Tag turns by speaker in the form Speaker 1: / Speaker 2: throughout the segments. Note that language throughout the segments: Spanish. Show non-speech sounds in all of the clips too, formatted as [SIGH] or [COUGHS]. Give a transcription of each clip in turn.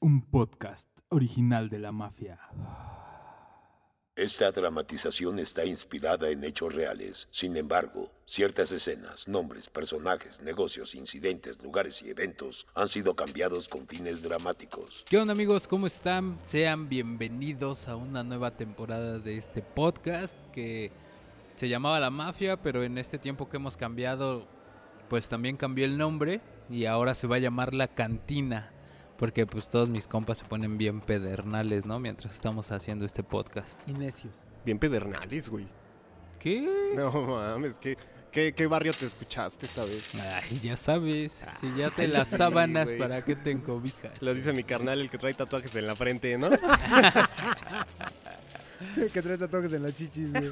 Speaker 1: Un podcast original de la mafia.
Speaker 2: Esta dramatización está inspirada en hechos reales. Sin embargo, ciertas escenas, nombres, personajes, negocios, incidentes, lugares y eventos han sido cambiados con fines dramáticos.
Speaker 3: ¿Qué onda amigos? ¿Cómo están? Sean bienvenidos a una nueva temporada de este podcast que se llamaba La Mafia, pero en este tiempo que hemos cambiado, pues también cambió el nombre y ahora se va a llamar La Cantina. Porque pues todos mis compas se ponen bien pedernales, ¿no? Mientras estamos haciendo este podcast.
Speaker 1: Inecios.
Speaker 4: Bien pedernales, güey.
Speaker 3: ¿Qué?
Speaker 4: [LAUGHS] No mames, ¿qué, qué, qué barrio te escuchaste esta vez?
Speaker 3: Ay, ya sabes. Si ya te
Speaker 4: Ay,
Speaker 3: las
Speaker 4: sí,
Speaker 3: sábanas,
Speaker 4: güey.
Speaker 3: ¿para qué te encobijas?
Speaker 4: Lo dice mi carnal, el que trae tatuajes en la frente, [LAUGHS] ¿no?
Speaker 5: que trae tatuajes en las chichis, güey.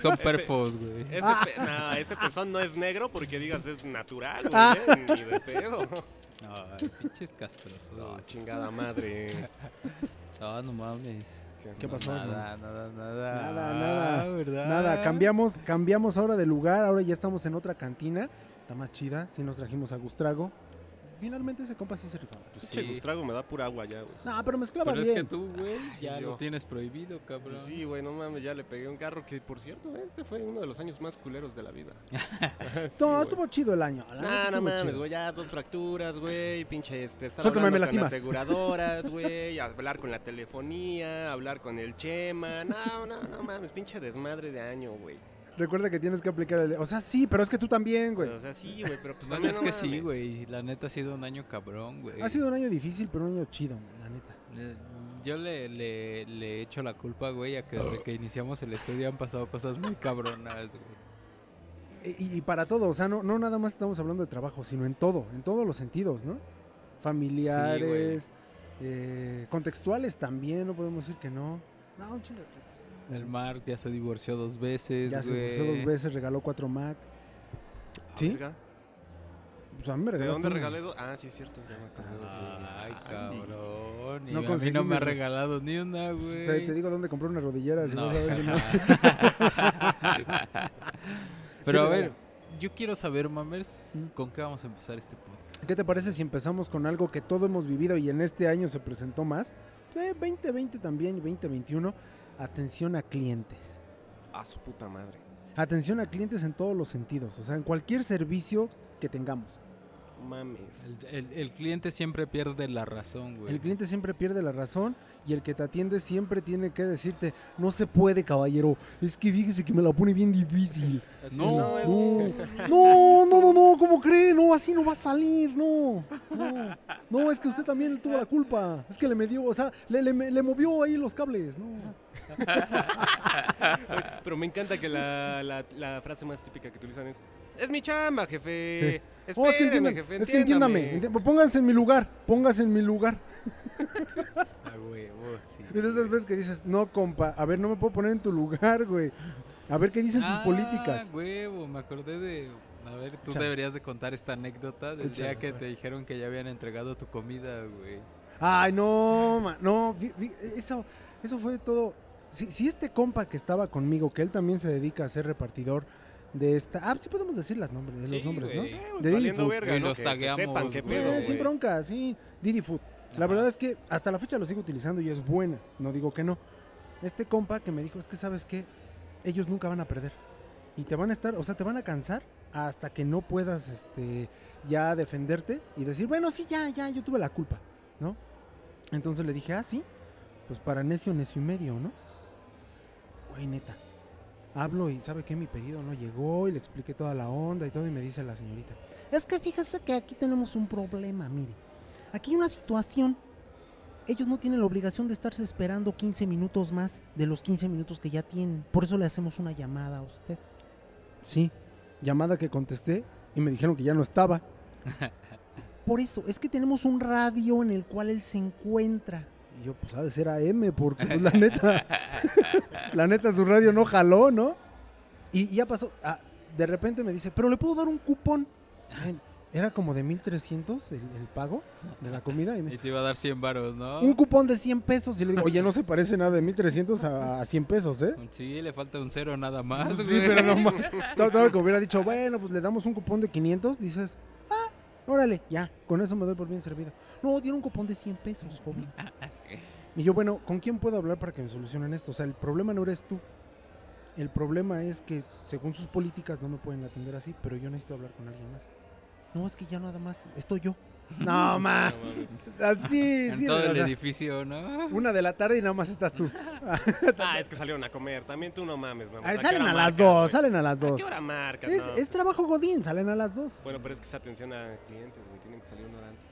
Speaker 3: Son perfos, güey.
Speaker 4: Ese pe- no, ese pezón no es negro porque digas es natural, güey. ¿eh? Ni de [LAUGHS] pedo.
Speaker 3: Ay, pinches castrosos.
Speaker 4: No, chingada madre.
Speaker 3: No, no mames.
Speaker 5: ¿Qué
Speaker 3: No,
Speaker 5: pasó,
Speaker 3: Nada, nada, nada.
Speaker 5: Nada, nada.
Speaker 3: Ah, ¿verdad?
Speaker 5: Nada, cambiamos, cambiamos ahora de lugar, ahora ya estamos en otra cantina. Está más chida, sí nos trajimos a Gustrago. Finalmente ese compa sí se rifaba.
Speaker 3: Pues
Speaker 4: Pinche
Speaker 3: sí.
Speaker 4: Gustrago me da pura agua ya, güey.
Speaker 5: No, pero mezclaba
Speaker 3: Pero es
Speaker 5: bien.
Speaker 3: que tú, güey, ya
Speaker 4: yo.
Speaker 3: lo tienes prohibido, cabrón.
Speaker 4: Pues sí, güey, no mames, ya le pegué un carro que, por cierto, este fue uno de los años más culeros de la [LAUGHS] vida.
Speaker 5: no, estuvo chido el año. la neta
Speaker 4: No, no
Speaker 5: estuvo
Speaker 4: mames,
Speaker 5: chido.
Speaker 4: güey, ya dos fracturas, güey, pinche este, estar
Speaker 5: Suéltame,
Speaker 4: hablando
Speaker 5: me
Speaker 4: con
Speaker 5: lastimas.
Speaker 4: aseguradoras, güey, hablar con la telefonía, hablar con el Chema, no, no, no mames, pinche desmadre de año, güey.
Speaker 5: Recuerda que tienes que aplicar el... O sea, sí, pero es que tú también, güey.
Speaker 4: O sea, sí, güey, pero pues
Speaker 3: No,
Speaker 4: también
Speaker 3: es
Speaker 4: no
Speaker 3: que sí,
Speaker 4: mames.
Speaker 3: güey. La neta ha sido un año cabrón, güey.
Speaker 5: Ha sido un año difícil, pero un año chido, man, la neta.
Speaker 3: Le- Yo le, le, le echo la culpa, güey, a que desde que iniciamos el estudio han pasado cosas muy cabronas, güey.
Speaker 5: E, Y, y para todo, o sea, no, no nada más estamos hablando de trabajo, sino en todo, en todos los sentidos, ¿no? Familiares, eh, contextuales también, no podemos decir que no. No, un chingo de cosas.
Speaker 3: El Mark ya se divorció dos veces,
Speaker 5: Ya se
Speaker 3: güey. Ah,
Speaker 5: divorció dos veces, regaló cuatro Mac. ¿Sí?
Speaker 4: Verga,
Speaker 5: Pues a mí me
Speaker 4: ¿De
Speaker 5: regalaste
Speaker 4: dónde
Speaker 5: una.
Speaker 4: regalé dos? Ah, sí, es cierto. ya me acordé, sí.
Speaker 3: Ay, cabrón. y
Speaker 5: No
Speaker 3: a mí
Speaker 5: conseguí
Speaker 3: no me
Speaker 5: mi
Speaker 3: ha
Speaker 5: re-
Speaker 3: regalado ni una,
Speaker 5: Pues, Te,
Speaker 3: güey.
Speaker 5: te digo dónde compré unas rodilleras. y
Speaker 3: No.
Speaker 5: vas a ver si
Speaker 3: [LAUGHS]
Speaker 5: no.
Speaker 3: Pero
Speaker 5: Sí,
Speaker 3: a ver,
Speaker 5: regalo.
Speaker 3: yo quiero saber, mamers,
Speaker 5: Mm.
Speaker 3: ¿con qué vamos a empezar este podcast?
Speaker 5: ¿Qué te parece si empezamos con algo que todo hemos vivido y en este año se presentó más? Pues, De 2020 también y 2021. Atención a clientes.
Speaker 4: A su puta madre.
Speaker 5: Atención a clientes en todos los sentidos. O sea, en cualquier servicio que tengamos.
Speaker 4: Mames.
Speaker 3: El, el- el cliente siempre pierde la razón, güey.
Speaker 5: El cliente siempre pierde la razón y el que te atiende siempre tiene que decirte, no se puede, caballero. Es que fíjese que me la pone bien difícil.
Speaker 4: Así,
Speaker 3: No.
Speaker 4: es
Speaker 5: No,
Speaker 4: que-
Speaker 5: no, no, no, no, ¿cómo cree? No, así no va a salir, no. No, no, es que usted también tuvo la culpa. Es que le dio, o sea, le, le- le movió ahí los cables, no.
Speaker 4: Oye, Pero me encanta que la, la, la frase más típica que utilizan es: Es mi chamba, jefe.
Speaker 5: Oh, es que
Speaker 4: Espéreme,
Speaker 5: entiéndame,
Speaker 4: jefe,
Speaker 5: es que entiéndame.
Speaker 4: entiéndame".
Speaker 5: enti- Pónganse en mi lugar, pónganse en mi lugar.
Speaker 3: Ah, güey, vos
Speaker 5: [LAUGHS]
Speaker 3: sí.
Speaker 5: Y de esas veces que dices, no, compa, a ver, no me puedo poner en tu lugar, güey. A ver qué dicen tus
Speaker 3: Ah,
Speaker 5: políticas.
Speaker 3: huevo, me acordé de... A ver, tú
Speaker 5: Échale.
Speaker 3: deberías de contar esta anécdota del
Speaker 5: Échale,
Speaker 3: día que
Speaker 5: a ver.
Speaker 3: te dijeron que ya habían entregado tu comida, güey.
Speaker 5: Ay, no, ma- no, vi- vi- eso, eso fue todo. Si, si este compa que estaba conmigo, que él también se dedica a ser repartidor de esta... Ah, sí podemos decir las nombres,
Speaker 3: Sí,
Speaker 5: los nombres,
Speaker 3: güey.
Speaker 5: ¿no?
Speaker 4: Pues
Speaker 5: De Didi
Speaker 4: valiendo
Speaker 5: Food.
Speaker 4: verga,
Speaker 3: Y
Speaker 4: ¿no?
Speaker 3: los
Speaker 4: Que- que
Speaker 3: tagueamos,
Speaker 4: sepan qué
Speaker 3: güey.
Speaker 4: pedo,
Speaker 5: Eh, sin
Speaker 4: güey. [LAUGHS]
Speaker 5: bronca, sí, Didi Food. La
Speaker 3: Ajá.
Speaker 5: verdad es que hasta la fecha lo sigo utilizando y es buena, no digo que no. Este compa que me dijo, es que sabes que ellos nunca van a perder. Y te van a estar, o sea, te van a cansar hasta que no puedas este, ya defenderte y decir, bueno, sí, ya, ya, yo tuve la culpa, ¿no? Entonces le dije, ah, sí, pues para necio, necio y medio, ¿no? Güey, neta. Hablo y sabe que mi pedido no llegó y le expliqué toda la onda y todo y me dice la señorita, es que fíjese que aquí tenemos un problema, mire. Aquí hay una situación. Ellos no tienen la obligación de estarse esperando 15 minutos más de los 15 minutos que ya tienen. Por eso le hacemos una llamada a usted. Sí, llamada que contesté y me dijeron que ya no estaba. [LAUGHS] Por eso, es que tenemos un radio en el cual él se encuentra. Y yo, pues ha de ser AM, porque pues, la neta, [LAUGHS] la neta su radio no jaló, ¿no? Y ya pasó, ah, de repente me dice, pero le puedo dar un cupón. Ay, Era como de 1300 el, el pago de la comida. Y me
Speaker 3: Y te iba a dar 100 varos, ¿no?
Speaker 5: un cupón de 100 pesos. Y le digo, oye, no se parece nada de 1300 a, a 100 pesos, [LAUGHS] ¿eh?
Speaker 3: Sí, le falta un cero nada más,
Speaker 5: sí,
Speaker 3: güey.
Speaker 4: [LAUGHS]
Speaker 5: pero no más. Todo, todo lo que hubiera dicho, bueno, pues le damos un cupón de 500, dices, ah, Órale, ya, con eso me doy por bien servido. No, tiene un cupón de 100 pesos, joven. [LAUGHS] Y yo, bueno, ¿con quién puedo hablar para que me solucionen esto? O sea, el problema no eres tú. El problema es que, según sus políticas, no me pueden atender así, pero yo necesito hablar con alguien más. No, es que ya nada más estoy [LAUGHS] yo. No, ma. Así,
Speaker 3: [LAUGHS] en
Speaker 5: sí,
Speaker 3: todo
Speaker 5: o
Speaker 3: el
Speaker 5: sea,
Speaker 3: edificio, ¿no?
Speaker 5: Una de la tarde y nada más estás tú.
Speaker 4: Ah, es que salieron a comer. También tú no mames, mamá.
Speaker 5: Ah, salen a las dos, salen a las
Speaker 4: ¿A
Speaker 5: dos.
Speaker 4: qué hora marcas?
Speaker 5: Es,
Speaker 4: No,
Speaker 5: es trabajo godín, salen a las dos.
Speaker 4: Bueno, pero es que es atención a clientes, güey. Tienen que salir una hora antes.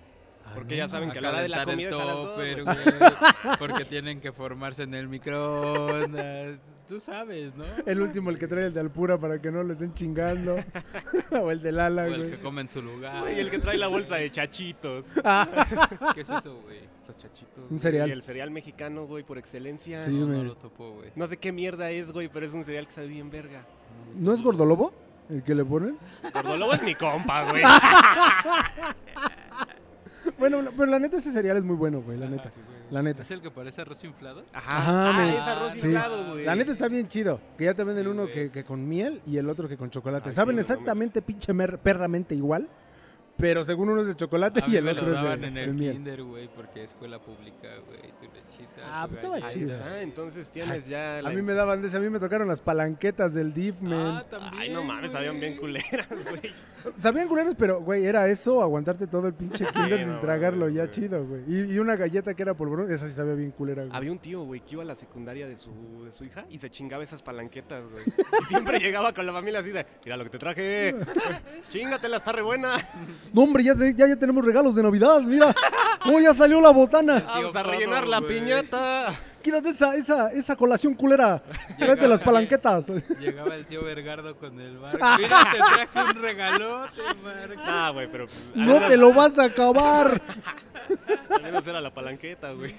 Speaker 3: Ah,
Speaker 5: Ay,
Speaker 4: Porque
Speaker 5: no,
Speaker 4: ya saben que a la hora Ah, de la comida
Speaker 3: Acalentar
Speaker 4: es a las dos, güey. [LAUGHS]
Speaker 3: el topper, güey, Porque tienen que formarse en el microondas. Tú sabes, ¿no?
Speaker 5: El último, el que trae el de Alpura para que no lo
Speaker 3: [LAUGHS]
Speaker 5: estén chingando. [LAUGHS] o el de
Speaker 3: O
Speaker 5: Lala,
Speaker 3: el
Speaker 5: güey.
Speaker 3: que come en su lugar.
Speaker 4: Güey, el que trae la bolsa de chachitos.
Speaker 3: ¿Qué es eso, güey?
Speaker 4: Los chachitos.
Speaker 5: Un
Speaker 4: güey,
Speaker 5: cereal.
Speaker 4: Y el cereal mexicano, güey, por excelencia.
Speaker 5: Sí,
Speaker 3: No, no
Speaker 5: güey.
Speaker 3: lo topo, güey.
Speaker 4: No sé qué mierda es, güey, pero es un cereal que sabe bien verga.
Speaker 5: ¿No es Gordolobo el que le ponen?
Speaker 4: Gordolobo es mi compa, [LAUGHS] güey.
Speaker 5: Bueno, la- pero la neta ese cereal es muy bueno, güey, la
Speaker 3: Ah,
Speaker 5: neta. La neta.
Speaker 3: ¿Es el que parece arroz inflado?
Speaker 4: Ajá.
Speaker 5: Ajá,
Speaker 4: ah,
Speaker 5: me-
Speaker 4: es arroz
Speaker 5: sí.
Speaker 4: inflado, güey.
Speaker 5: La neta está bien chido. Que ya te venden
Speaker 3: Sí,
Speaker 5: uno
Speaker 3: güey. Ah,
Speaker 5: que, que con miel y el otro que con chocolate.
Speaker 4: Ay, sí,
Speaker 5: Saben
Speaker 4: no mames.
Speaker 5: exactamente pinche mer- perramente igual. Pero según uno es de chocolate
Speaker 3: A
Speaker 5: [LAUGHS] y
Speaker 3: mí
Speaker 5: el
Speaker 3: me lo
Speaker 5: otro es de,
Speaker 3: daban en
Speaker 5: de
Speaker 3: el
Speaker 5: miel.
Speaker 3: kinder, güey, porque escuela pública, güey, tu lechita.
Speaker 5: Ah,
Speaker 3: tu
Speaker 5: pues estaba
Speaker 4: Ahí
Speaker 3: galleta.
Speaker 5: chido.
Speaker 4: está, entonces tienes ya.
Speaker 5: A mí me daban de ese, a mí me tocaron las palanquetas del DIF, man.
Speaker 3: Ah, también.
Speaker 4: Ay, no mames,
Speaker 3: güey.
Speaker 4: sabían bien culeras, güey.
Speaker 5: Sabían culeros, pero, güey, era eso, aguantarte todo el pinche kinder
Speaker 4: Sí,
Speaker 5: sin
Speaker 4: no,
Speaker 5: tragarlo,
Speaker 4: güey,
Speaker 5: ya
Speaker 4: güey.
Speaker 5: chido, güey. Y, y una galleta que era polvorón, esa sí sabía bien culera, güey.
Speaker 4: Había un tío, güey, que iba a la secundaria de su, de su hija y se chingaba esas palanquetas, güey. Y siempre llegaba con la familia así de, mira lo que te traje, chingatela, está re buena.
Speaker 5: No, hombre, ya, se- ya, ya tenemos regalos de Navidad, mira. ¡Oh, ya salió la botana!
Speaker 4: Vamos a
Speaker 3: Codo,
Speaker 4: rellenar la
Speaker 3: güey.
Speaker 4: piñata.
Speaker 5: Quítate esa, esa, esa colación culera. Tráete
Speaker 3: Llegaba-
Speaker 5: las palanquetas.
Speaker 3: Llegaba el tío Vergardo con el
Speaker 5: [LAUGHS]
Speaker 3: barco. Mira, te traje un regalote, Marco.
Speaker 4: Ah, güey, pero pues, al
Speaker 5: ¡No
Speaker 4: menos-
Speaker 5: te lo vas a acabar!
Speaker 4: al menos era la palanqueta, güey.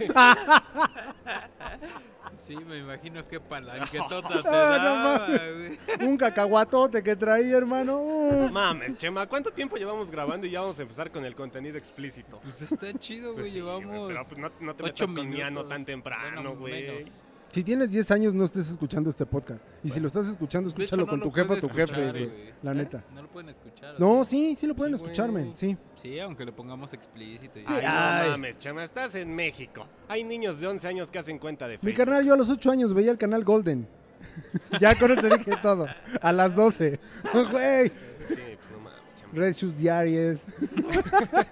Speaker 3: Sí, me imagino qué
Speaker 5: [LAUGHS]
Speaker 3: palanquetota te
Speaker 5: Ah,
Speaker 3: daba, güey.
Speaker 5: Un cacahuatote que traía, hermano. Uf.
Speaker 4: Mames, Chema, ¿cuánto tiempo llevamos grabando y ya vamos a empezar con el contenido explícito?
Speaker 3: Pues
Speaker 4: [LAUGHS]
Speaker 3: está chido, güey,
Speaker 4: Pues sí, güey,
Speaker 3: llevamos...
Speaker 4: Pero pues no, no te
Speaker 3: ocho
Speaker 4: metas con
Speaker 3: minutos.
Speaker 4: Miano tan temprano,
Speaker 3: Bueno,
Speaker 4: güey.
Speaker 3: menos.
Speaker 5: Si tienes 10 años, no estés escuchando este podcast. Y si lo estás escuchando,
Speaker 3: De hecho,
Speaker 5: escúchalo
Speaker 3: no
Speaker 5: con
Speaker 3: lo
Speaker 5: tu jefa o
Speaker 3: pueden
Speaker 5: tu
Speaker 3: escuchar,
Speaker 5: jefe, güey. La
Speaker 3: ¿Eh?
Speaker 5: neta.
Speaker 3: No lo pueden escuchar.
Speaker 5: No,
Speaker 3: o sea,
Speaker 5: sí, sí lo pueden
Speaker 4: Sí,
Speaker 5: escuchar,
Speaker 4: güey.
Speaker 5: men. Sí.
Speaker 3: Sí, aunque lo pongamos explícito. y-
Speaker 4: Ay,
Speaker 5: ay.
Speaker 4: no mames, Chema, estás en México. Hay niños de 11 años que hacen cuenta de
Speaker 5: Mi
Speaker 4: Facebook.
Speaker 5: carnal, yo a los 8 años veía el canal Golden. [LAUGHS] ya con eso dije todo. A las [LAUGHS] 12. Güey.
Speaker 4: Sí, pues, no mames, Chema.
Speaker 5: Red Shoes Diaries.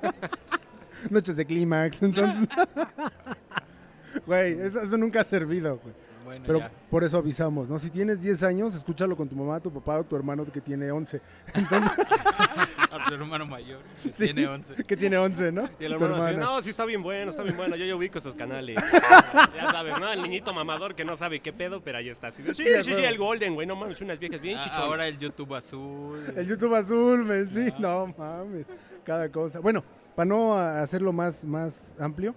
Speaker 5: [LAUGHS] Noches de Clímax. Entonces. [LAUGHS] Güey, eso, eso nunca ha servido, güey.
Speaker 3: Bueno,
Speaker 5: Pero
Speaker 3: ya. [LAUGHS]
Speaker 5: por eso avisamos, ¿no? Si tienes 10 años, escúchalo con tu mamá, tu papá o tu hermano que tiene 11.
Speaker 3: A tu hermano mayor, que
Speaker 5: Sí.
Speaker 3: tiene 11.
Speaker 5: [LAUGHS] Que tiene 11, ¿no?
Speaker 4: Y el
Speaker 5: Tu
Speaker 4: hermano así,
Speaker 5: hermana.
Speaker 4: no, sí está bien bueno, está bien bueno, yo ya ubico esos
Speaker 3: [LAUGHS]
Speaker 4: canales. ya sabes, ¿no? El niñito mamador que no sabe qué pedo, pero ahí está. así de, sí,
Speaker 5: Sí,
Speaker 4: sí,
Speaker 5: de
Speaker 4: sí,
Speaker 5: acuerdo.
Speaker 4: el Golden, güey, no mames, unas viejas bien
Speaker 3: Ah,
Speaker 4: chichonas.
Speaker 3: ahora el YouTube azul.
Speaker 5: El YouTube azul, men, sí, no mames, cada cosa. Bueno, para no a- hacerlo más, más amplio,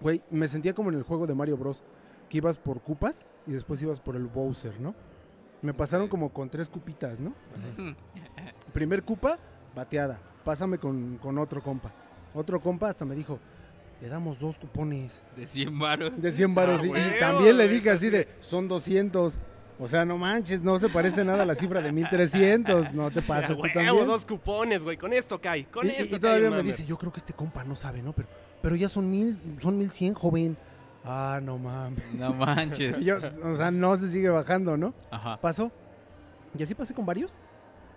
Speaker 5: güey, me sentía como en el juego de Mario Bros. Que ibas por cupas y después ibas por el Bowser, ¿no? Me pasaron como con tres cupitas, ¿no? Primer cupa, bateada. Pásame con, con otro compa. Otro compa hasta me dijo, le damos dos cupones
Speaker 3: De 100 varos.
Speaker 5: de 100 varos.
Speaker 4: Ah,
Speaker 5: y, y
Speaker 4: huevo,
Speaker 5: también le
Speaker 4: güey,
Speaker 5: dije así de, son 200. O sea, no manches, no se parece nada a la cifra de 1300. No te
Speaker 4: Ah,
Speaker 5: pases tú
Speaker 4: huevo,
Speaker 5: este también.
Speaker 4: dos cupones, güey, con esto cae, con
Speaker 5: Y, y- y
Speaker 4: esto
Speaker 5: todavía
Speaker 4: cae,
Speaker 5: me
Speaker 4: mames.
Speaker 5: dice, yo creo que este compa no sabe, ¿no? Pero, pero ya son mil, son mil cien, joven. Ah, no mames. [LAUGHS]
Speaker 3: No manches.
Speaker 5: Y yo, o sea, no se sigue bajando, ¿no?
Speaker 3: Ajá.
Speaker 5: Pasó. Y así pasé con varios.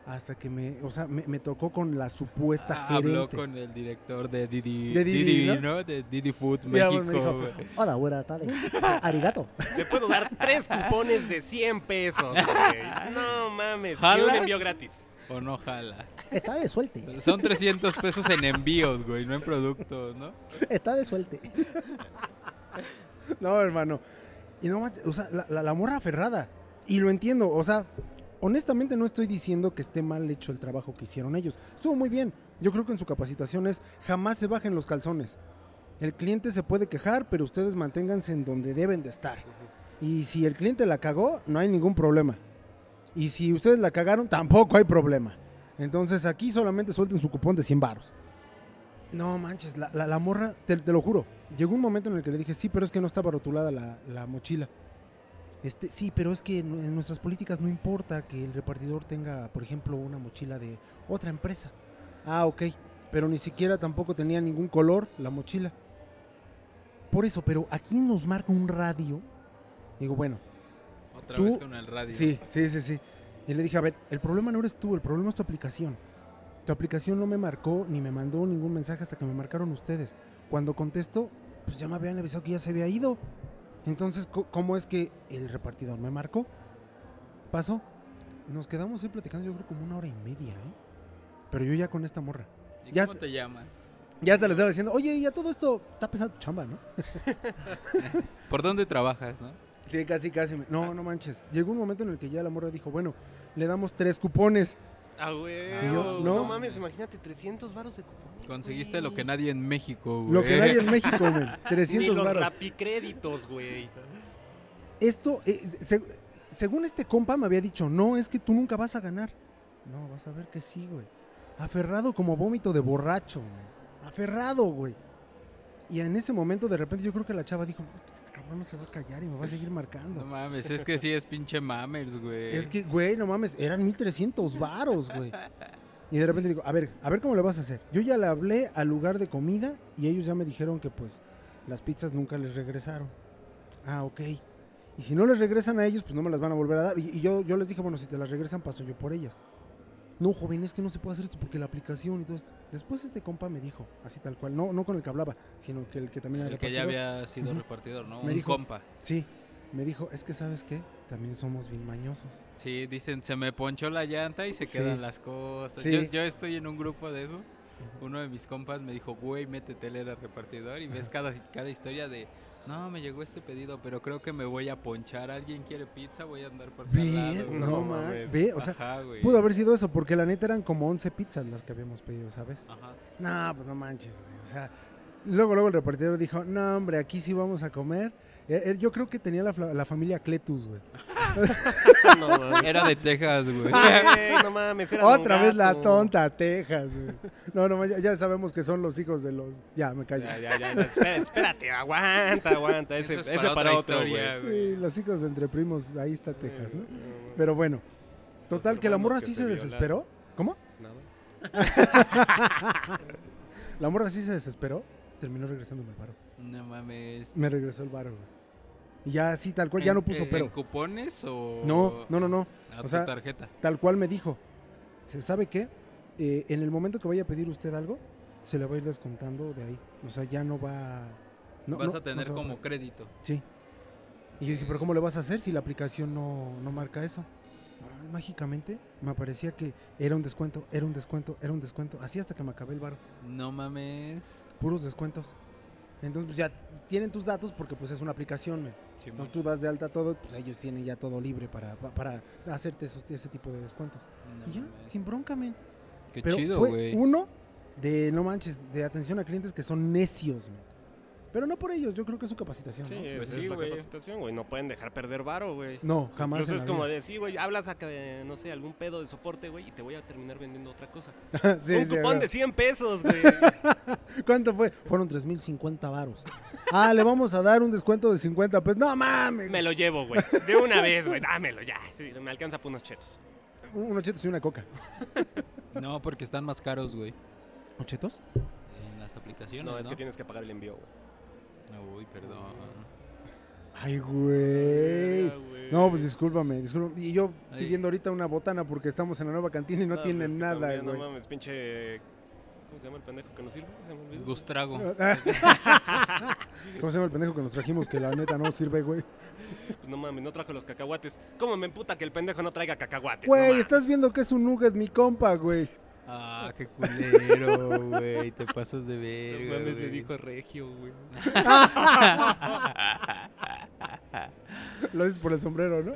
Speaker 5: Hasta que me, o sea, me, me tocó con la supuesta
Speaker 3: Ah, Habló
Speaker 5: gerente.
Speaker 3: con el director de Didi.
Speaker 5: De Didi,
Speaker 3: Didi,
Speaker 5: ¿no?
Speaker 3: ¿no? De Didi Food
Speaker 5: Y ya,
Speaker 3: México.
Speaker 5: pues, me dijo,
Speaker 3: güey.
Speaker 5: Hola, buena tarde. [LAUGHS] Arigato.
Speaker 4: Te puedo dar tres cupones de 100 pesos, güey. No mames, y un
Speaker 3: ¿Jalas?
Speaker 4: envío gratis.
Speaker 3: O no jala.
Speaker 5: Está de suelte.
Speaker 3: Son 300 pesos en envíos, güey, no en productos, ¿no?
Speaker 5: Está de suelte. no, hermano. Y no más, o sea, la, la- la morra aferrada. Y lo entiendo, o sea, honestamente no estoy diciendo que esté mal hecho el trabajo que hicieron ellos. Estuvo muy bien. Yo creo que en su capacitación es jamás se bajen los calzones. El cliente se puede quejar, pero ustedes manténganse en donde deben de estar. Y si el cliente la cagó, no hay ningún problema. Y si ustedes la cagaron, tampoco hay problema. Entonces aquí solamente suelten su cupón de 100 baros. No manches, la, la- la morra, te, te lo juro. Llegó un momento en el que le dije, sí, pero es que no estaba rotulada la, la mochila. Este, sí, pero es que en en nuestras políticas no importa que el repartidor tenga, por ejemplo, una mochila de otra empresa. Ah, ok. pero ni siquiera tampoco tenía ningún color la mochila. Por eso, pero aquí nos marca un radio. Digo, bueno,
Speaker 3: Otra
Speaker 5: Tú-
Speaker 3: vez con el radio.
Speaker 5: Sí, sí, sí, sí. Y le dije, a ver, el problema no eres tú, el problema es tu aplicación. Tu aplicación no me marcó ni me mandó ningún mensaje hasta que me marcaron ustedes. Cuando contesto, pues ya me habían avisado que ya se había ido. Entonces, co- ¿cómo es que el repartidor me marcó? Pasó. Nos quedamos ahí platicando yo creo como una hora y media, ¿eh? Pero yo ya con esta morra.
Speaker 3: ¿Y
Speaker 5: Ya
Speaker 3: ¿Cómo
Speaker 5: se-
Speaker 3: te llamas?
Speaker 5: Ya te lo estaba diciendo, oye, y a todo esto está pesado tu chamba, ¿no?
Speaker 3: ¿Por dónde trabajas, no?
Speaker 5: Sí, casi, casi. me- No, no manches. Llegó un momento en el que ya la morra dijo, bueno, le damos tres cupones.
Speaker 4: Ah, güey.
Speaker 3: Y yo,
Speaker 4: no.
Speaker 5: no.
Speaker 4: mames, imagínate, 300 varos de cupón.
Speaker 3: Conseguiste
Speaker 4: güey.
Speaker 3: lo que nadie en México, güey.
Speaker 5: Lo que
Speaker 3: [LAUGHS]
Speaker 5: nadie en México,
Speaker 4: [LAUGHS]
Speaker 5: men.
Speaker 4: Ni
Speaker 5: 300
Speaker 4: los
Speaker 5: baros.
Speaker 3: [LAUGHS]
Speaker 4: rapicréditos, güey.
Speaker 5: Esto, eh, se- según este compa me había dicho, no, es que tú nunca vas a ganar. No, vas a ver que sí, güey. Aferrado como vómito de borracho, men. Aferrado, güey. Y en ese momento, de repente, yo creo que la chava dijo, no, este cabrón no se va a callar y me va a seguir
Speaker 3: No
Speaker 5: marcando.
Speaker 3: mames, es que sí es pinche mames, güey.
Speaker 5: Es que, güey, no mames, eran 1300 varos,
Speaker 3: [LAUGHS]
Speaker 5: güey. Y de repente digo, a ver, a ver cómo le vas a hacer. Yo ya le hablé al lugar de comida y ellos ya me dijeron que pues las pizzas nunca les regresaron. Ah, ok. Y si no les regresan a ellos, pues no me las van a volver a dar. Y, y yo, yo les dije, bueno, si te las regresan, paso yo por ellas. No, joven, es que no se puede hacer esto porque la aplicación y todo esto. Después este compa me dijo, así tal cual, no, no con el que hablaba, sino que el que también era
Speaker 3: El que ya
Speaker 5: repartidor.
Speaker 3: había sido
Speaker 5: Ujú.
Speaker 3: repartidor, ¿no?
Speaker 5: Me
Speaker 3: Un
Speaker 5: dijo-
Speaker 3: compa.
Speaker 5: Sí, me dijo, es que sabes qué, también somos bien mañosos.
Speaker 3: Sí, dicen, se me ponchó la llanta y se
Speaker 5: Sí.
Speaker 3: quedan las cosas.
Speaker 5: Sí.
Speaker 3: Yo, yo estoy en un grupo de eso. Uno de mis compas me dijo, güey, métete, él era repartidor. Y ves cada, cada historia de, no, me llegó este pedido, pero creo que me voy a ponchar. ¿Alguien quiere pizza? Voy a andar por tal
Speaker 5: Ve,
Speaker 3: lado. güey".
Speaker 5: no,
Speaker 4: No
Speaker 5: mames.
Speaker 4: mames.
Speaker 5: Ve, o sea,
Speaker 3: Ajá, güey.
Speaker 5: Pudo haber sido eso, porque la neta eran como 11 pizzas las que habíamos pedido, ¿sabes?
Speaker 3: Ajá.
Speaker 5: No, pues no manches, güey. O sea, luego, luego el repartidor dijo, no, hombre, aquí sí vamos a comer. Eh, eh, yo creo que tenía la, fla- la familia Cletus, güey.
Speaker 4: No mames.
Speaker 3: Era de Texas, güey.
Speaker 5: Ah,
Speaker 4: Güey, no mames, era Don
Speaker 5: Otra vez la
Speaker 4: Gato.
Speaker 5: tonta Texas, güey. No, no, ya, ya sabemos que son los hijos de los... Ya, me callo.
Speaker 4: Ya, [LAUGHS] ya, ya, ya, espera- espérate, aguanta, aguanta. Ese,
Speaker 3: Eso es
Speaker 4: ese
Speaker 3: para, otra
Speaker 4: otro, güey.
Speaker 3: historia,
Speaker 5: Sí,
Speaker 3: güey.
Speaker 5: los hijos de entre primos, ahí está Texas, ¿no?
Speaker 4: Eh,
Speaker 5: Pero bueno, total, que la
Speaker 4: hermanos
Speaker 5: morra
Speaker 4: que
Speaker 5: sí
Speaker 4: se
Speaker 5: se
Speaker 4: violaron.
Speaker 5: desesperó. ¿Cómo?
Speaker 4: nada.
Speaker 5: La morra sí se desesperó, terminó regresándome el varo.
Speaker 3: No mames.
Speaker 5: Me regresó el varo, güey. Y ya así, tal cual, ya no
Speaker 3: ¿En-
Speaker 5: puso
Speaker 3: en
Speaker 5: pero.
Speaker 3: cupones o...?
Speaker 5: No, no, no, no.
Speaker 3: A
Speaker 5: o
Speaker 3: tu
Speaker 5: sea-
Speaker 3: tarjeta.
Speaker 5: Tal cual me dijo. Se sabe que en el momento que vaya a pedir usted algo, se le va a ir descontando de ahí. O sea, ya no va. a- no-
Speaker 3: Vas
Speaker 5: no-
Speaker 3: a tener
Speaker 5: no se va a-
Speaker 3: como crédito.
Speaker 5: Sí. Y yo dije, pero ¿cómo le vas a hacer si la aplicación no, no marca eso? No, Mágicamente me aparecía que era un descuento, era un descuento, era un descuento. Así hasta que me acabé el bar.
Speaker 3: No mames.
Speaker 5: Puros descuentos. Entonces, pues ya tienen tus datos porque pues es una aplicación, men.
Speaker 3: Simón.
Speaker 5: Entonces tú das de alta todo, pues ellos tienen ya todo libre para, pa- para hacerte esos, ese tipo de descuentos.
Speaker 3: No
Speaker 5: y ya,
Speaker 3: mames.
Speaker 5: sin bronca, men.
Speaker 3: Qué
Speaker 5: Pero
Speaker 3: chido,
Speaker 5: fue
Speaker 3: güey.
Speaker 5: uno de, no manches, de atención a clientes que son necios, men. Pero no por ellos, yo creo que es su capacitación.
Speaker 4: Sí,
Speaker 5: ¿no?
Speaker 4: es,
Speaker 3: Pues
Speaker 4: es
Speaker 3: sí,
Speaker 4: la
Speaker 3: güey.
Speaker 4: capacitación, güey. No pueden dejar perder varo, güey.
Speaker 5: No, jamás.
Speaker 4: Incluso
Speaker 5: en
Speaker 4: es
Speaker 5: la
Speaker 4: como
Speaker 5: vida.
Speaker 4: de, sí, güey, hablas acá de, no sé, algún pedo de soporte, güey, y te voy a terminar vendiendo otra cosa.
Speaker 5: [LAUGHS] Sí,
Speaker 4: Un
Speaker 5: sí,
Speaker 4: cupón
Speaker 5: güey.
Speaker 4: de 100 pesos,
Speaker 5: [LAUGHS]
Speaker 4: güey.
Speaker 5: ¿Cuánto fue? Fueron 3.050 varos. Ah, le vamos a dar un descuento de 50 pesos. No mames.
Speaker 4: me lo llevo, güey. De una vez, güey. Dámelo ya. Sí, me alcanza por unos chetos.
Speaker 5: Un- Unos chetos y una coca.
Speaker 3: No, porque están más caros, güey.
Speaker 5: ¿Ochetos?
Speaker 3: En las aplicaciones.
Speaker 4: No, es que tienes que pagar el envío, güey.
Speaker 3: Uy, perdón.
Speaker 5: Ay, güey.
Speaker 4: Verga, güey.
Speaker 5: No, pues discúlpame, discúlpame. Y yo
Speaker 3: Ay.
Speaker 5: pidiendo ahorita una botana porque estamos en la nueva cantina y no,
Speaker 4: pues
Speaker 5: tienen
Speaker 4: es que
Speaker 5: nada,
Speaker 4: también,
Speaker 5: güey.
Speaker 4: No mames, pinche. ¿Cómo se llama el pendejo que nos sirve? Se me olvidó.
Speaker 5: eh,
Speaker 3: Gustrago.
Speaker 5: [LAUGHS] ¿Cómo se llama el pendejo que nos trajimos que la neta no sirve, güey?
Speaker 4: Pues [LAUGHS] no mames, no trajo los cacahuates. ¿Cómo me emputa que el pendejo no traiga cacahuates? no
Speaker 5: Güey,
Speaker 4: mames?
Speaker 5: estás viendo que es un nugget, mi compa, güey.
Speaker 3: Ah, qué culero, güey. Te pasas de verga.
Speaker 4: No mames, le
Speaker 3: güey.
Speaker 4: dijo regio, güey.
Speaker 5: Lo dices por el
Speaker 3: [LAUGHS]
Speaker 5: sombrero, ¿no?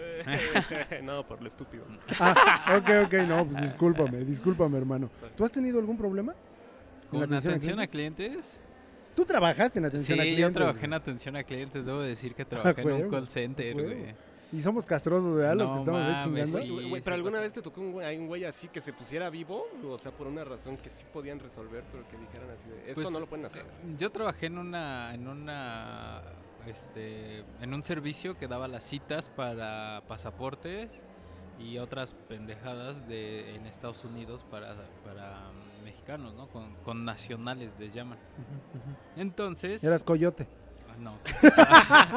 Speaker 4: [LAUGHS] no, por lo estúpido.
Speaker 5: Ah, ok, ok, no, pues discúlpame, discúlpame, hermano. ¿Tú has tenido algún problema? en la
Speaker 3: [LAUGHS] ¿Con atención a
Speaker 5: cliente?
Speaker 3: clientes?
Speaker 5: ¿Tú trabajaste en atención a
Speaker 3: Sí, yo
Speaker 5: clientes?
Speaker 3: trabajé en
Speaker 5: güey? Ah,
Speaker 3: atención a clientes. Debo decir
Speaker 5: [LAUGHS]
Speaker 3: que trabajé en
Speaker 5: huevo,
Speaker 3: un call center,
Speaker 5: huevo.
Speaker 3: güey.
Speaker 5: Y somos castrosos, ¿verdad? Los que
Speaker 3: No
Speaker 5: estamos ahí
Speaker 3: mames,
Speaker 5: chingando.
Speaker 3: Sí,
Speaker 4: Güey, güey,
Speaker 3: sí
Speaker 4: pero alguna
Speaker 3: pasa.
Speaker 4: vez te tocó un güey, hay un güey así que se pusiera vivo, o sea, por una razón que sí podían resolver, pero que dijeran así de, esto
Speaker 3: Pues,
Speaker 4: no lo pueden hacer.
Speaker 3: Yo trabajé en una, en una, este, en un servicio que daba las citas para pasaportes y otras pendejadas de en Estados Unidos para, para mexicanos, ¿no? Con, con nacionales les llaman.
Speaker 5: Ujú, ujú.
Speaker 3: Entonces...
Speaker 5: Eras coyote.
Speaker 3: Ah,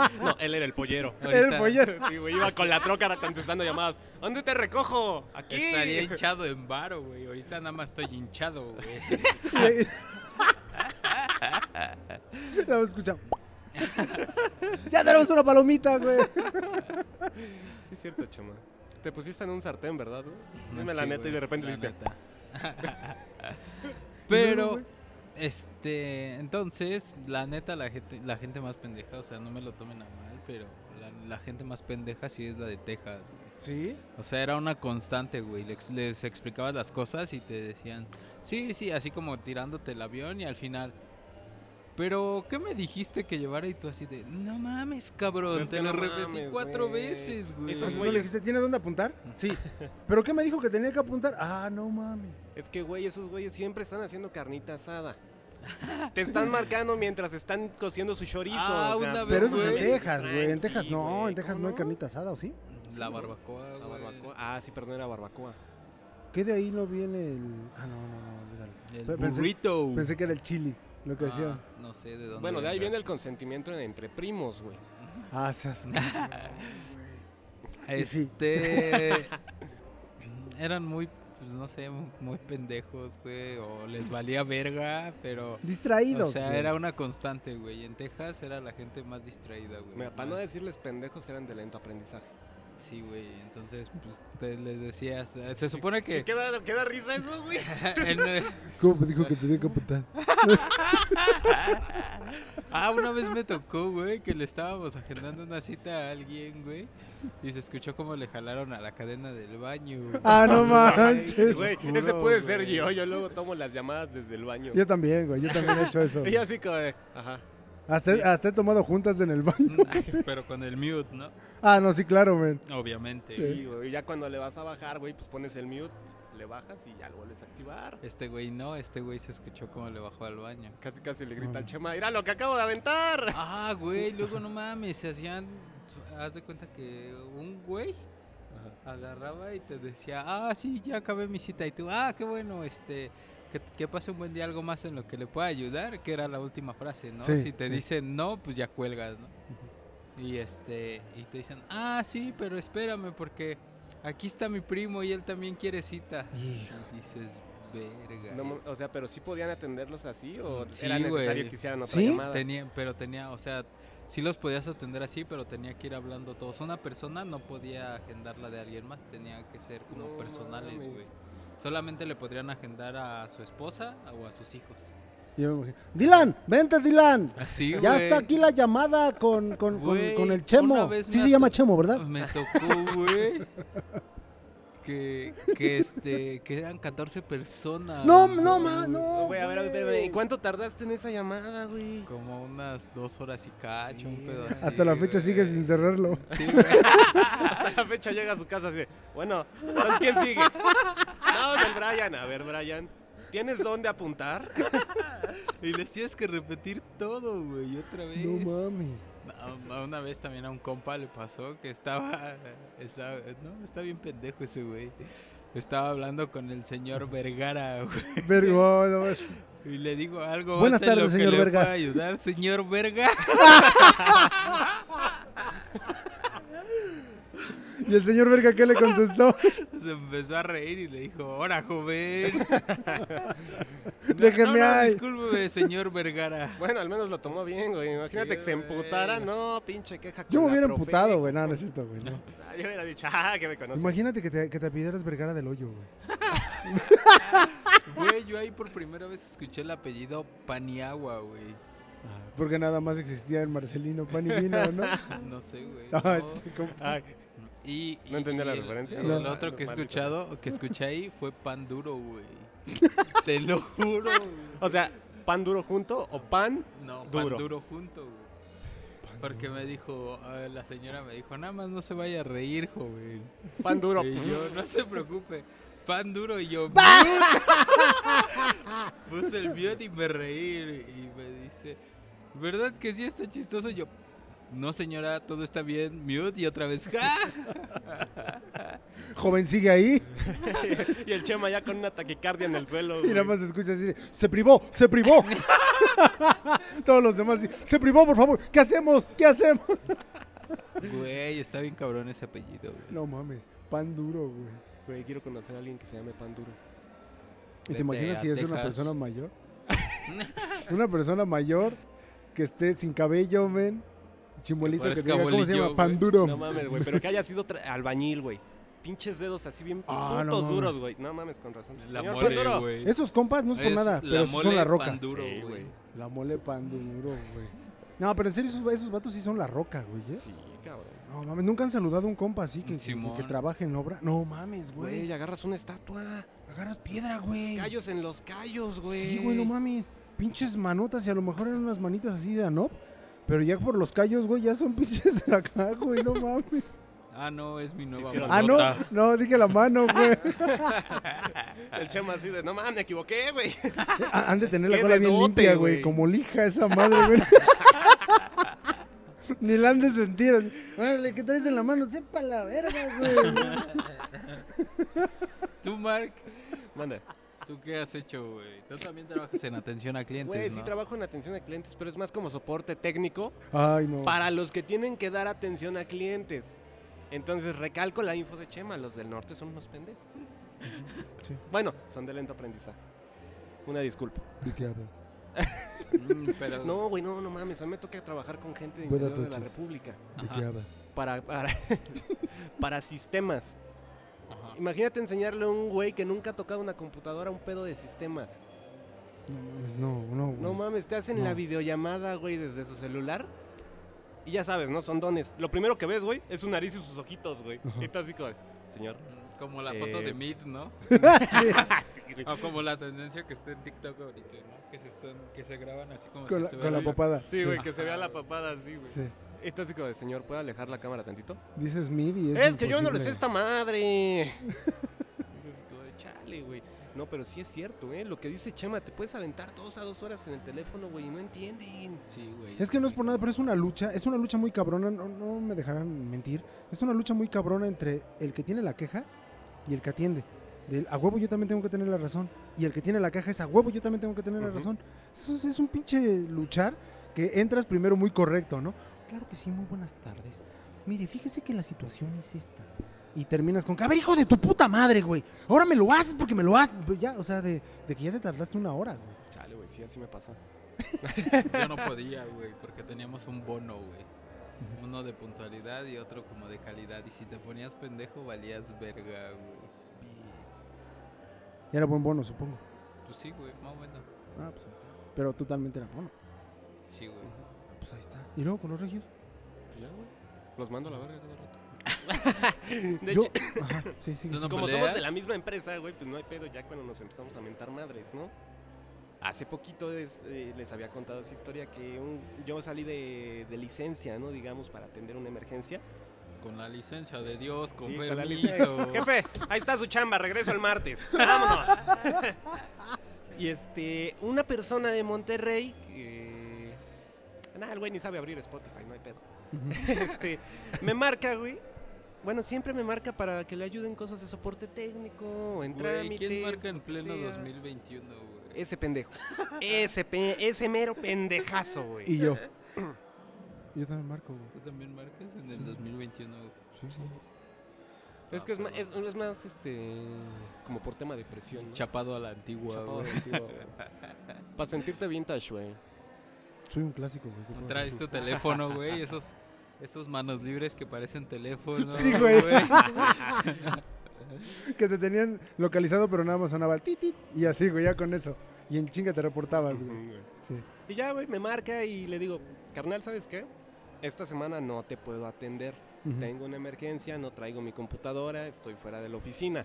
Speaker 5: [LAUGHS]
Speaker 3: No,
Speaker 4: No, él era el pollero.
Speaker 5: Era el
Speaker 3: ahorita [LAUGHS]
Speaker 4: [LAUGHS]
Speaker 5: pollero.
Speaker 4: Sí, güey, iba con la troca contestando llamadas. ¿Dónde te recojo? Aquí.
Speaker 3: Estaría hinchado en varo, güey. Ahorita nada más estoy hinchado, güey.
Speaker 5: La voz escucha. ya tenemos una palomita, güey.
Speaker 4: [LAUGHS] Sí, es cierto, chama. Te pusiste en un sartén, ¿verdad? Mm, güey? Dime
Speaker 3: Sí,
Speaker 4: la neta
Speaker 3: güey,
Speaker 4: y de repente
Speaker 3: la
Speaker 4: le dijiste. [LAUGHS]
Speaker 3: neta.
Speaker 5: Y luego,
Speaker 3: Pero,
Speaker 4: pues,
Speaker 5: güey.
Speaker 3: este, entonces, la neta, la gente, la gente más pendeja, o sea, no me lo tomen a mal, pero la, la gente más pendeja sí es la de Texas, güey.
Speaker 5: ¿Sí?
Speaker 3: O sea, era una constante, güey. Les, les explicabas las cosas y te decían, sí, sí, así como tirándote el avión y al final. Pero, ¿qué me dijiste que llevara? Y tú así de, no mames, cabrón,
Speaker 4: Es
Speaker 3: te
Speaker 4: que
Speaker 3: lo
Speaker 4: no
Speaker 3: repetí
Speaker 4: mames,
Speaker 3: cuatro
Speaker 4: güey.
Speaker 3: veces, güey.
Speaker 4: Esos
Speaker 5: ¿No
Speaker 4: güeyes-
Speaker 5: le dijiste, ¿tiene dónde apuntar? Sí. ¿Pero qué me dijo que tenía que apuntar? Ah, no mames.
Speaker 4: Es que, güey, esos güeyes siempre están haciendo carnita asada. Te están marcando mientras están cociendo su chorizo.
Speaker 3: Ah,
Speaker 4: o sea,
Speaker 3: una vez,
Speaker 5: Pero eso es
Speaker 3: güey.
Speaker 5: en Texas,
Speaker 4: Ay,
Speaker 5: güey. En
Speaker 4: sí,
Speaker 5: Texas no,
Speaker 4: güey,
Speaker 5: en Texas
Speaker 4: ¿cómo
Speaker 5: no hay
Speaker 4: no?
Speaker 5: carnita asada, ¿o sí?
Speaker 3: La barbacoa,
Speaker 4: La
Speaker 3: güey.
Speaker 4: barbacoa. Ah, sí, perdón, era barbacoa.
Speaker 5: ¿Qué de ahí no viene el...? Ah, no, no, no, olvídalo.
Speaker 3: El
Speaker 5: Pe- pensé-
Speaker 3: burrito.
Speaker 5: Pensé que era el chili, lo que
Speaker 3: Ah,
Speaker 5: decía.
Speaker 3: no sé de dónde.
Speaker 4: Bueno, de ahí viene el consentimiento en- entre primos, güey.
Speaker 3: [LAUGHS]
Speaker 5: Ah, seas... y sí. [LAUGHS]
Speaker 3: Este. Eran muy, pues no sé, mu- muy pendejos, güey. O les valía verga, pero. O
Speaker 5: Distraídos,
Speaker 3: sea,
Speaker 5: güey.
Speaker 3: era una constante, güey. En Texas era la gente más distraída, güey.
Speaker 4: Mira, para no
Speaker 3: Más-
Speaker 4: decirles pendejos, eran de lento aprendizaje.
Speaker 3: Sí, güey. Entonces, pues te- les decías. eh, Se supone que.
Speaker 4: da, [LAUGHS] qué da risa eso, güey?
Speaker 3: [LAUGHS] en- eh,
Speaker 5: ¿Cómo dijo que tenía
Speaker 3: [LAUGHS]
Speaker 5: que apuntar?
Speaker 3: Ah, una vez me tocó, güey, que le estábamos agendando una cita a alguien, güey. Y se escuchó como le jalaron a la cadena del baño. güey.
Speaker 5: Ah,
Speaker 3: [LAUGHS]
Speaker 5: no [LAUGHS] manches.
Speaker 4: Güey,
Speaker 3: juro,
Speaker 4: ese puede ser
Speaker 3: güey.
Speaker 4: yo. Yo luego tomo las llamadas desde el baño.
Speaker 5: Yo también, güey. Yo también he hecho
Speaker 3: [LAUGHS]
Speaker 5: eso.
Speaker 4: Ella así como de, ajá.
Speaker 5: Hasta, he- hasta he tomado juntas en el baño. [LAUGHS]
Speaker 3: Pero con el mute, ¿no?
Speaker 5: Ah, no, sí, claro, men.
Speaker 3: Obviamente.
Speaker 5: Sí.
Speaker 4: Sí, güey. Y ya cuando le vas a bajar, güey, pues pones el mute, le bajas y ya lo vuelves a activar.
Speaker 3: Este güey no, este güey se escuchó como le bajó al baño.
Speaker 4: Casi, casi le grita al Chema, mira lo que acabo de aventar.
Speaker 3: Ah, güey, luego no mames, se hacían. Haz de cuenta que un güey agarraba y te decía, ah, sí, ya acabé mi cita. Y tú, ah, qué bueno, este. Que, que pase un buen día, algo más en lo que le pueda ayudar, que era la última frase, ¿no?
Speaker 5: Sí,
Speaker 3: si te
Speaker 5: sí.
Speaker 3: dicen no, pues ya cuelgas, ¿no? Y este, y te dicen, ah, sí, pero espérame, porque aquí está mi primo y él también quiere cita.
Speaker 5: Hijo.
Speaker 3: Y dices, verga.
Speaker 4: No mam- o sea, pero sí podían atenderlos así o
Speaker 3: Sí,
Speaker 4: era necesario
Speaker 3: güey.
Speaker 4: que hicieran otra
Speaker 5: ¿Sí?
Speaker 4: llamada.
Speaker 3: Tenía, pero tenía, o sea, sí los podías atender así, pero tenía que ir hablando todos. Una persona no podía agendarla de alguien más, tenía que ser como
Speaker 4: No
Speaker 3: personales,
Speaker 4: mames.
Speaker 3: güey. Solamente le podrían agendar a su esposa o a sus hijos.
Speaker 5: Yo me imagino, Dylan, vente, Dylan.
Speaker 3: Así,
Speaker 5: Ya está aquí la llamada con, con, con-
Speaker 3: Güey,
Speaker 5: con el
Speaker 3: una
Speaker 5: Chemo.
Speaker 3: vez
Speaker 5: Sí
Speaker 3: me
Speaker 5: se llama
Speaker 3: ato-
Speaker 5: Chemo, ¿verdad?
Speaker 3: Me tocó, güey. Que, que este, que eran 14 personas.
Speaker 5: No, no,
Speaker 3: güey.
Speaker 5: ma, no.
Speaker 4: No, güey, a ver, a ver,
Speaker 5: güey.
Speaker 4: a ver, ¿y cuánto tardaste en esa
Speaker 3: [LAUGHS]
Speaker 4: llamada, güey?
Speaker 3: Como unas dos horas y cacho, un pedo
Speaker 4: Hasta
Speaker 5: Hasta la
Speaker 3: así,
Speaker 5: fecha sigue
Speaker 3: güey.
Speaker 5: sin cerrarlo.
Speaker 3: Sí, güey.
Speaker 4: Hasta la fecha llega a su casa así de, bueno, entonces, ¿quién sigue? No, el Brian. A ver, Brian, ¿tienes dónde apuntar?
Speaker 3: Y les tienes que repetir todo, güey, otra vez.
Speaker 5: No
Speaker 3: [LAUGHS]
Speaker 5: mames.
Speaker 3: A- a Una vez también a un compa le pasó que estaba, [LAUGHS] estaba- no, está bien pendejo ese güey. Estaba hablando con el señor Vergara, güey,
Speaker 5: Vergo, no mames.
Speaker 3: y le digo algo
Speaker 5: Buenas
Speaker 3: antes en
Speaker 5: tardes,
Speaker 3: lo
Speaker 5: señor
Speaker 3: que le
Speaker 5: Verga.
Speaker 3: pueda ayudar, señor Verga.
Speaker 5: Y el señor Verga, ¿qué
Speaker 3: [LAUGHS]
Speaker 5: le contestó?
Speaker 3: [LAUGHS] Se empezó a reír y le dijo, "Hora, joven."
Speaker 5: [LAUGHS] Déjenme ahí.
Speaker 3: Disculpe, señor Vergara.
Speaker 4: Bueno, al menos lo tomó bien, güey. Imagínate
Speaker 3: Sí,
Speaker 4: que se
Speaker 3: güey.
Speaker 4: emputara. No, pinche queja. con
Speaker 5: Yo me
Speaker 4: la
Speaker 5: hubiera
Speaker 4: profe.
Speaker 5: emputado, güey. No, no es cierto, güey. no.
Speaker 4: Ah, Yo hubiera dicho, ah, que me conoce.
Speaker 5: Imagínate que te, que te pidieras Vergara del hoyo, güey.
Speaker 3: Güey, yo ahí por primera vez escuché el apellido Paniagua, güey. [LAUGHS]
Speaker 5: Ah, Porque nada más existía el Marcelino Pan y Vino,
Speaker 3: [LAUGHS]
Speaker 5: ¿no? Ah,
Speaker 3: No sé, güey.
Speaker 5: Ay,
Speaker 3: no.
Speaker 5: ¿cómo?
Speaker 4: Ay,
Speaker 3: Y,
Speaker 4: No
Speaker 3: y-
Speaker 4: entendía
Speaker 3: y
Speaker 4: la
Speaker 3: el-
Speaker 4: referencia,
Speaker 3: El,
Speaker 5: no,
Speaker 3: otro
Speaker 4: no,
Speaker 3: que he
Speaker 4: maldita
Speaker 3: escuchado, que escuché ahí fue pan duro, güey. [LAUGHS] Te lo juro. güey.
Speaker 4: o sea, pan duro junto o pan.
Speaker 3: No,
Speaker 4: Duro.
Speaker 3: pan duro junto, güey. Porque me dijo, eh, la señora me dijo, nada más no se vaya a reír, joven.
Speaker 4: Pan duro.
Speaker 3: Y yo, no se preocupe. Pan duro y
Speaker 4: [LAUGHS]
Speaker 3: yo. "Mute". Puse el mute y me reí y me dice, ¿verdad que sí está chistoso? Y Yo, No, señora, todo está bien. Mute y otra vez. [LAUGHS] ¡Ja!
Speaker 5: Joven sigue ahí
Speaker 4: [LAUGHS] y el Chema ya con una taquicardia en el suelo.
Speaker 5: y nada
Speaker 4: güey.
Speaker 5: más se escucha así, de, se privó,
Speaker 3: [LAUGHS]
Speaker 5: se privó. [LAUGHS] Todos los demás, así, se privó, por favor, ¿qué hacemos? ¿Qué hacemos?
Speaker 3: Güey, está bien cabrón ese apellido, güey.
Speaker 5: No mames, pan duro, güey.
Speaker 4: Güey, quiero conocer a alguien que se llame Pan Duro.
Speaker 5: ¿Y te
Speaker 3: Vete
Speaker 5: imaginas
Speaker 3: a
Speaker 5: que yo soy una
Speaker 3: Texas.
Speaker 5: persona
Speaker 3: [LAUGHS]
Speaker 5: mayor? Una persona mayor que esté sin cabello, men. Chimolito que
Speaker 3: Parezca
Speaker 5: diga, ¿cómo se
Speaker 3: bolillo,
Speaker 5: llama? Pan
Speaker 3: güey.
Speaker 5: duro.
Speaker 4: No mames, güey, pero que haya sido tra- albañil, güey. Pinches dedos así bien
Speaker 5: Ah, no
Speaker 4: putos
Speaker 5: mames.
Speaker 4: duros, güey. No mames, con razón.
Speaker 3: La
Speaker 4: Señor
Speaker 3: mole,
Speaker 4: Pan Duro.
Speaker 3: güey.
Speaker 5: Esos compas no es por
Speaker 3: Es
Speaker 5: nada, pero sí son
Speaker 3: mole
Speaker 5: la roca.
Speaker 3: pan duro,
Speaker 4: Sí,
Speaker 3: güey.
Speaker 4: güey.
Speaker 5: La mole pan duro, güey. No, pero en serio, esos, esos vatos sí son la roca, güey. ¿eh?
Speaker 4: Sí, cabrón.
Speaker 5: No mames, nunca han saludado a un compa así que, que- que,
Speaker 3: Simón.
Speaker 5: trabaje en obra. No mames,
Speaker 4: Güey,
Speaker 5: güey.
Speaker 4: agarras una estatua.
Speaker 5: Agarras piedra, güey.
Speaker 4: Callos en los callos, güey.
Speaker 5: Sí, güey, no mames. Pinches manotas y a lo mejor eran unas manitas así de anop. Pero ya por los callos, güey, ya son [LAUGHS] pinches acá, güey, no mames.
Speaker 3: Ah, no, es mi nueva
Speaker 4: hicieron-
Speaker 5: Ah, no,
Speaker 3: bandota.
Speaker 5: no, dije la mano, güey.
Speaker 4: El Chema así de, no mames, me equivoqué, güey.
Speaker 5: Ah, Han de tener la
Speaker 4: Qué
Speaker 5: cola bien
Speaker 4: dedote,
Speaker 5: limpia, güey.
Speaker 4: güey.
Speaker 5: Como lija esa
Speaker 4: [LAUGHS]
Speaker 5: madre, güey. Ni la han de sentir. así. Órale, ¿qué traes en la mano? Sepa la verga, güey.
Speaker 3: Tú, Mark,
Speaker 4: Manda.
Speaker 3: ¿tú qué has hecho, güey? Tú también trabajas en atención a clientes,
Speaker 4: Güey,
Speaker 3: ¿no?
Speaker 4: sí trabajo en atención a clientes, pero es más como soporte técnico
Speaker 5: Ay, no.
Speaker 4: para los que tienen que dar atención a clientes. Entonces, recalco la info de Chema, los del norte son unos pendejos.
Speaker 5: [LAUGHS] Sí.
Speaker 4: Bueno, son de lento aprendizaje. Una disculpa.
Speaker 5: ¿De qué hablas?
Speaker 3: Mm, pero...
Speaker 4: No, güey, no, no mames, a mí me toca trabajar con gente de
Speaker 5: Buenas
Speaker 4: interior de la
Speaker 5: noches.
Speaker 4: República.
Speaker 5: ¿De qué hablas?
Speaker 4: Para, para, [LAUGHS] para sistemas.
Speaker 3: Ajá.
Speaker 4: Imagínate enseñarle a un güey que nunca ha tocado una computadora un pedo de sistemas.
Speaker 5: No mames, no, no, güey.
Speaker 4: No mames, te hacen
Speaker 5: No.
Speaker 4: la videollamada, güey, desde su celular. Y ya sabes, ¿no? Son dones. Lo primero que ves, güey, es su nariz y sus ojitos, güey.
Speaker 5: Ajá.
Speaker 4: Y tú así como, señor.
Speaker 3: Mm, Como la foto
Speaker 4: Eh,
Speaker 3: de Mid,
Speaker 4: [LAUGHS]
Speaker 3: ¿no? O como la tendencia que está en TikTok ahorita, ¿no? Que se, están, que se graban así como si
Speaker 5: Con la,
Speaker 3: estuvieran-
Speaker 5: con la papada.
Speaker 4: Sí, güey,
Speaker 3: Sí.
Speaker 4: que se vea la papada así, güey.
Speaker 5: Sí.
Speaker 4: Y tú así como, de, señor, ¿puede alejar la cámara tantito?
Speaker 5: Dices mid y es.
Speaker 4: Es, que yo no les sé
Speaker 5: imposible.
Speaker 4: esta
Speaker 5: [LAUGHS]
Speaker 4: madre. Es así como de, Chale, güey. No, pero sí es cierto, ¿eh? Lo que dice Chema, te puedes aventar dos a dos horas en el teléfono, güey, y no entienden.
Speaker 3: Sí, güey.
Speaker 5: Es que no es por nada, pero es una lucha, es una lucha muy cabrona, no, no me dejarán mentir, es una lucha muy cabrona entre el que tiene la queja y el que atiende. Del, a huevo yo también tengo que tener la razón. Y el que tiene la queja es a huevo yo también tengo que tener la
Speaker 4: Ujú.
Speaker 5: razón. Eso es, es un pinche luchar que entras primero muy correcto, ¿no? Claro que sí, muy buenas tardes. Mire, fíjese que la situación es esta. Y terminas con, que, a ver, hijo de tu puta madre, güey. Ahora me lo haces porque me lo haces. Pues ya, o sea, de, de que ya te tardaste una hora, güey.
Speaker 4: Chale, güey, sí, así me pasó.
Speaker 3: Yo no podía, güey, porque teníamos un bono, güey. Uno de puntualidad y otro como de calidad. Y si te ponías pendejo, valías verga, güey.
Speaker 5: Y era buen bono, supongo.
Speaker 3: Pues sí, güey, más bueno.
Speaker 5: Ah, pues ahí está. Pero totalmente era bono.
Speaker 3: Sí, güey.
Speaker 5: Ah, Pues ahí está. ¿Y luego con los regios?
Speaker 4: Pues ya, güey. Los mando a la verga cada rato.
Speaker 5: [LAUGHS]
Speaker 4: de
Speaker 5: Yo.
Speaker 4: hecho,
Speaker 5: [COUGHS] Ajá, sí, sí.
Speaker 3: Tú no-
Speaker 4: como somos de
Speaker 3: peleas?
Speaker 4: la misma empresa, güey, pues no hay pedo ya cuando nos empezamos a mentar madres, ¿no? Hace poquito es- eh, les había contado esa historia que un- yo salí de, de licencia, ¿no? Digamos, para atender una emergencia.
Speaker 3: Con la licencia de Dios, con
Speaker 4: Sí, con la licencia. [LAUGHS]
Speaker 3: permiso.
Speaker 4: Jefe, ahí está su chamba, regreso el
Speaker 3: [LAUGHS]
Speaker 4: martes. Vámonos. [LAUGHS] y este, una persona de Monterrey que. Nada, el güey ni sabe abrir Spotify, no hay pedo. Este, me marca, güey. Bueno, siempre me marca para que le ayuden cosas de soporte técnico, o en
Speaker 3: Güey,
Speaker 4: trámites,
Speaker 3: ¿quién marca en
Speaker 4: lo que
Speaker 3: pleno
Speaker 4: sea.
Speaker 3: 2021, güey?
Speaker 4: Ese pendejo. Ese, pe- ese mero pendejazo, güey. [COUGHS]
Speaker 5: Y yo. Yo también marco, güey.
Speaker 3: ¿Tú también marcas en el
Speaker 5: Sí.
Speaker 3: 2021? güey?
Speaker 5: Sí, sí.
Speaker 4: Es que es más, es, es más, este, como por tema de presión, ¿no?
Speaker 3: Chapado a la antigua,
Speaker 4: Chapado
Speaker 3: güey.
Speaker 4: de antiguo, güey. Para sentirte eh. vintage, güey.
Speaker 5: Soy un clásico, güey. ¿qué puedo
Speaker 3: Traes
Speaker 5: hacer?
Speaker 3: tu teléfono, güey, esos, esos manos libres que parecen teléfono.
Speaker 5: Sí, güey. Que te tenían localizado, pero nada más sonaba el titit. Y así, güey, ya con eso. Y en chinga te reportabas, güey. Sí.
Speaker 4: Y ya, güey, me marca y le digo, carnal, ¿sabes qué? Esta semana no te puedo atender.
Speaker 5: Ujú.
Speaker 4: Tengo una emergencia, no traigo mi computadora, estoy fuera de la oficina.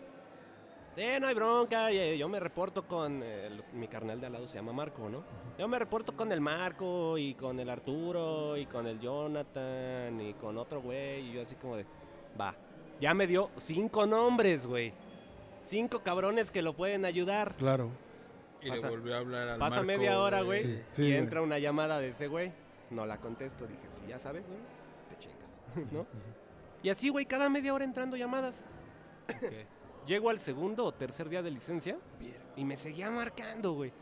Speaker 4: Eh, no hay bronca, eh, yo me reporto con eh, el- mi carnal de al lado se llama Marco, ¿no? Yo me reporto con el Marco y con el Arturo y con el Jonathan y con otro güey y yo así como de, va. Ya me dio cinco nombres, güey. Cinco cabrones que lo pueden ayudar.
Speaker 5: Claro.
Speaker 3: [LAUGHS] Y le
Speaker 4: Pasa-
Speaker 3: volvió a hablar al
Speaker 4: Pasa
Speaker 3: Marco,
Speaker 4: media hora, güey.
Speaker 5: Sí, sí,
Speaker 4: y
Speaker 5: güey.
Speaker 4: entra una llamada de ese güey. No la contesto, dije, si ya sabes, güey, te chingas, ¿no? Y así, güey, cada media hora entrando llamadas.
Speaker 3: Ok.
Speaker 4: Llego al segundo o tercer día de licencia y me seguía marcando, güey.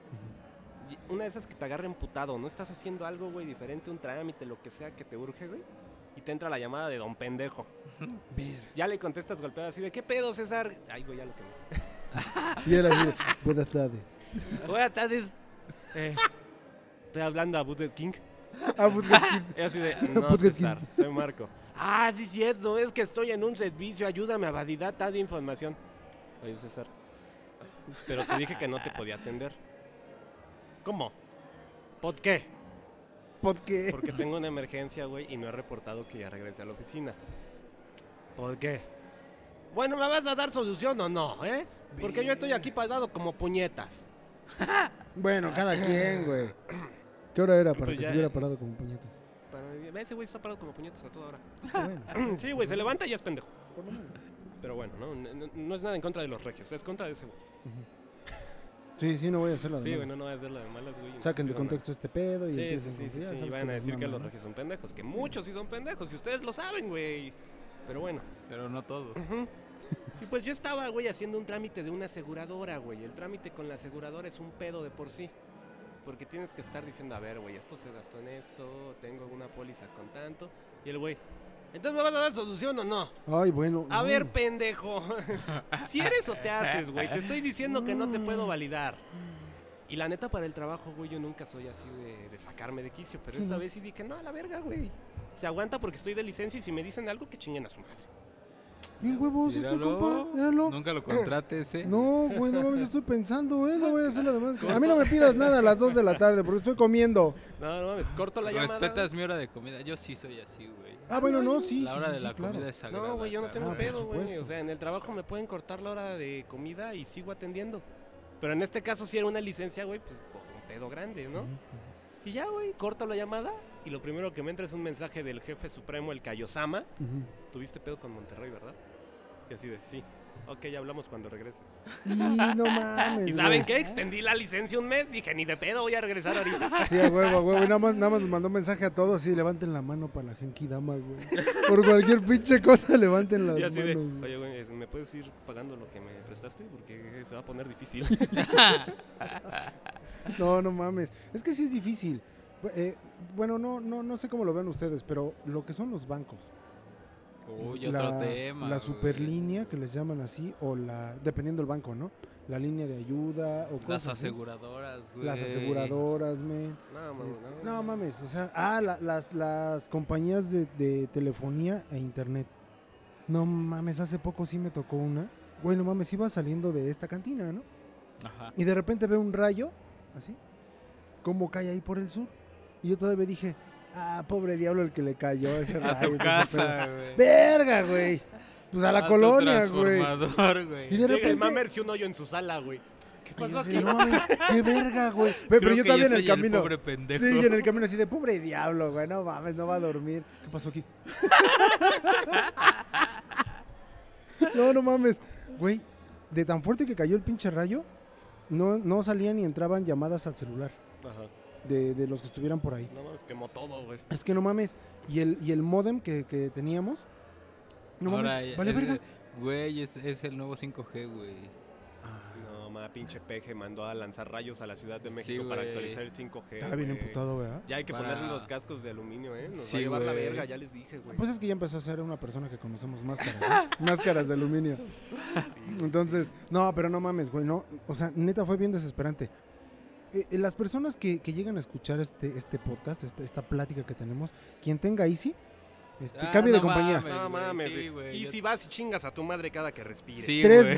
Speaker 4: Y Una de esas que te agarra emputado, no estás haciendo algo, güey, diferente, un trámite, lo que sea que te urge, güey. Y te entra la llamada de don pendejo. Ya le contestas golpeado así de, ¿qué pedo, César? Ay, güey, ya lo quemé.
Speaker 5: Y era así de, buenas tardes.
Speaker 4: Buenas tardes. Eh, estoy hablando a Burger King.
Speaker 5: Ah, pues,
Speaker 4: [LAUGHS] Es así de, no,
Speaker 5: Burger
Speaker 4: César, soy Marco. Ah, sí, cierto, es que estoy en un servicio, ayúdame a validar tal información. Oye, César, pero te dije que no te podía atender. ¿Cómo? ¿Por qué?
Speaker 5: ¿Por qué?
Speaker 4: Porque tengo una emergencia, güey, y no he reportado que ya regresé a la oficina. ¿Por qué? Bueno, ¿me vas a dar solución o no, eh? Porque yo estoy aquí parado como puñetas.
Speaker 5: Bueno, cada quien, güey. ¿Qué hora era para
Speaker 4: Pues
Speaker 5: que
Speaker 4: ya-
Speaker 5: se hubiera parado como
Speaker 4: [COUGHS]
Speaker 5: puñetas?
Speaker 4: Pero ese güey está parado como puñetas a toda hora.
Speaker 5: Ah,
Speaker 4: [CLEARS THROAT]
Speaker 5: bueno,
Speaker 4: Sí, güey, se levanta y ya es pendejo.
Speaker 5: por lo menos.
Speaker 4: Pero bueno, no, no, no- no es nada en contra de los regios, es contra de ese güey.
Speaker 5: Sí, sí, no voy a hacerlo.
Speaker 4: Sí, güey, no, no va a ser la de malas, güey.
Speaker 5: Saquen de
Speaker 4: no, no.
Speaker 5: contexto este pedo y
Speaker 4: Sí, sí,
Speaker 5: empiecen
Speaker 4: sí,
Speaker 5: con que
Speaker 4: sí,
Speaker 5: ya
Speaker 4: sí,
Speaker 5: sabes
Speaker 4: van a
Speaker 5: les
Speaker 4: decir que
Speaker 5: mama,
Speaker 4: los
Speaker 5: ¿no?
Speaker 4: regios son pendejos, que muchos sí son pendejos, y ustedes lo saben, güey. Pero bueno.
Speaker 3: Pero no todo.
Speaker 5: [LAUGHS]
Speaker 4: Ujú. Y pues yo estaba, güey, haciendo un trámite de una aseguradora, güey. El trámite con la aseguradora es un pedo de por sí. Porque tienes que estar diciendo, a ver, güey, esto se gastó en esto, tengo una póliza con tanto. Y el güey, ¿entonces me vas a dar solución o no?
Speaker 5: Ay, bueno.
Speaker 4: A
Speaker 5: no.
Speaker 4: ver, pendejo. [LAUGHS] si eres o te haces, güey. Te estoy diciendo que no te puedo
Speaker 5: Mm.
Speaker 4: validar. Y la neta, para el trabajo, güey, yo nunca soy así de, de sacarme de quicio. Pero esta vez sí dije, no, a la verga, güey. Se aguanta porque estoy de licencia y si me dicen algo, que chinguen a su madre.
Speaker 5: Bien huevos este
Speaker 3: Míralo.
Speaker 5: compa, míralo.
Speaker 3: Nunca lo contrates, eh.
Speaker 5: No, güey, no mames, estoy pensando, ¿eh? No voy a hacer la demás. A mí no me pidas nada a las 2 de la tarde porque estoy comiendo.
Speaker 4: No, no mames, corto la llamada.
Speaker 3: Respetas mi hora de comida. Yo sí soy así, güey.
Speaker 5: Ah, bueno, no, sí.
Speaker 3: la
Speaker 5: sí,
Speaker 3: hora
Speaker 5: sí,
Speaker 3: de
Speaker 5: sí,
Speaker 3: la
Speaker 5: claro.
Speaker 3: comida es sagrada.
Speaker 4: No, güey, yo no tengo
Speaker 5: Ah, por
Speaker 4: pedo, güey. O
Speaker 5: supuesto.
Speaker 4: sea, en el trabajo me pueden cortar la hora de comida y sigo atendiendo. Pero en este caso, si era una licencia, güey, pues por un pedo grande,
Speaker 5: Mm.
Speaker 4: ¿no? Y ya, güey, corto la llamada y lo primero que me entra es un mensaje del jefe supremo, el Kayosama.
Speaker 5: Ujú.
Speaker 4: Tuviste pedo con Monterrey, ¿verdad? Y así de, sí. Ok, ya hablamos cuando regrese.
Speaker 5: Y no mames.
Speaker 4: ¿Y saben
Speaker 5: güey.
Speaker 4: qué? Extendí la licencia un mes. Dije, ni de pedo voy a regresar ahorita.
Speaker 5: Sí, a huevo, a huevo. Y nada más, nada más nos mandó un mensaje a todos así, levanten la mano para la Genki Dama, güey. Por cualquier pinche cosa, levanten [LAUGHS] las
Speaker 4: Y así de,
Speaker 5: manos. güey.
Speaker 4: oye, güey, ¿me puedes ir pagando lo que me prestaste? Porque se va a poner difícil.
Speaker 5: [LAUGHS] No, no mames. Es que sí es difícil. Bu- eh, bueno, no, no, no sé cómo lo ven ustedes, pero lo que son los bancos.
Speaker 3: Uy, otro tema.
Speaker 5: La
Speaker 3: güey.
Speaker 5: superlínea, que les llaman así, o la, dependiendo del banco, ¿no? La línea de ayuda o cosas
Speaker 3: Las
Speaker 5: así.
Speaker 3: aseguradoras, güey.
Speaker 5: Las aseguradoras, men.
Speaker 4: No, mames,
Speaker 5: Este, no mames, o sea, ah, la- las, las compañías de, de telefonía e internet. No mames, hace poco sí me tocó una. Bueno, mames, iba saliendo de esta cantina, ¿no?
Speaker 3: Ajá.
Speaker 5: Y de repente veo un rayo, así, como cae ahí por el sur. Y yo todavía dije, ah, pobre diablo el que le cayó ese rayo.
Speaker 3: [LAUGHS] A tu
Speaker 5: ese
Speaker 3: casa,
Speaker 5: pedo".
Speaker 3: güey.
Speaker 5: Verga, güey. Pues a la
Speaker 3: tu
Speaker 5: colonia, güey.
Speaker 3: transformador, güey.
Speaker 5: Y de
Speaker 4: Llega
Speaker 5: repente...
Speaker 4: el mamer si un hoyo en su sala, güey. ¿Qué
Speaker 5: y yo
Speaker 4: pasó
Speaker 5: así,
Speaker 4: aquí?
Speaker 5: "No mames, qué verga, güey. Pero
Speaker 3: Creo
Speaker 5: yo
Speaker 3: que yo
Speaker 5: también en
Speaker 3: soy
Speaker 5: el camino.
Speaker 3: pobre pendejo.
Speaker 5: Sí, y en el camino así de pobre diablo, güey, no mames, no va a dormir. ¿Qué pasó aquí? [LAUGHS] no, no mames. Güey, de tan fuerte que cayó el pinche rayo, no, no salían ni entraban llamadas al celular
Speaker 4: Ajá.
Speaker 5: de, de los que estuvieran por ahí.
Speaker 4: No mames, quemó todo, güey.
Speaker 5: Es que no mames. Y el, y el modem que, que teníamos, no mames,
Speaker 3: Ahora,
Speaker 5: vale
Speaker 3: es-
Speaker 5: verga.
Speaker 3: Güey, es, es el nuevo 5G, güey.
Speaker 5: Ah.
Speaker 4: No, ma, pinche peje mandó a lanzar rayos a la Ciudad de
Speaker 3: Sí,
Speaker 4: México para
Speaker 3: güey.
Speaker 4: actualizar el 5G.
Speaker 5: Estaba bien
Speaker 4: güey.
Speaker 5: emputado, ¿verdad?
Speaker 4: Ya hay que
Speaker 3: Para-
Speaker 4: ponerle los cascos de aluminio, ¿eh? Nos va
Speaker 3: Sí,
Speaker 4: a llevar la
Speaker 3: güey.
Speaker 4: verga, ya les dije, güey.
Speaker 5: Pues es que ya empezó a ser una persona que conocemos máscaras, ¿no? máscaras de aluminio. Entonces, no, pero no mames, güey, no, o sea, neta fue bien desesperante. Eh, eh, las personas que, que llegan a escuchar este, este podcast, esta, esta plática que tenemos, quien tenga Easy, este,
Speaker 3: Ah,
Speaker 5: cambie de
Speaker 3: no
Speaker 5: compañía.
Speaker 3: mames.
Speaker 4: no
Speaker 3: güey,
Speaker 4: mames,
Speaker 3: sí,
Speaker 4: güey.
Speaker 3: güey,
Speaker 4: Y
Speaker 3: yo-
Speaker 4: si vas y chingas a tu madre cada que respires.
Speaker 3: Sí,
Speaker 5: Tres
Speaker 3: güey.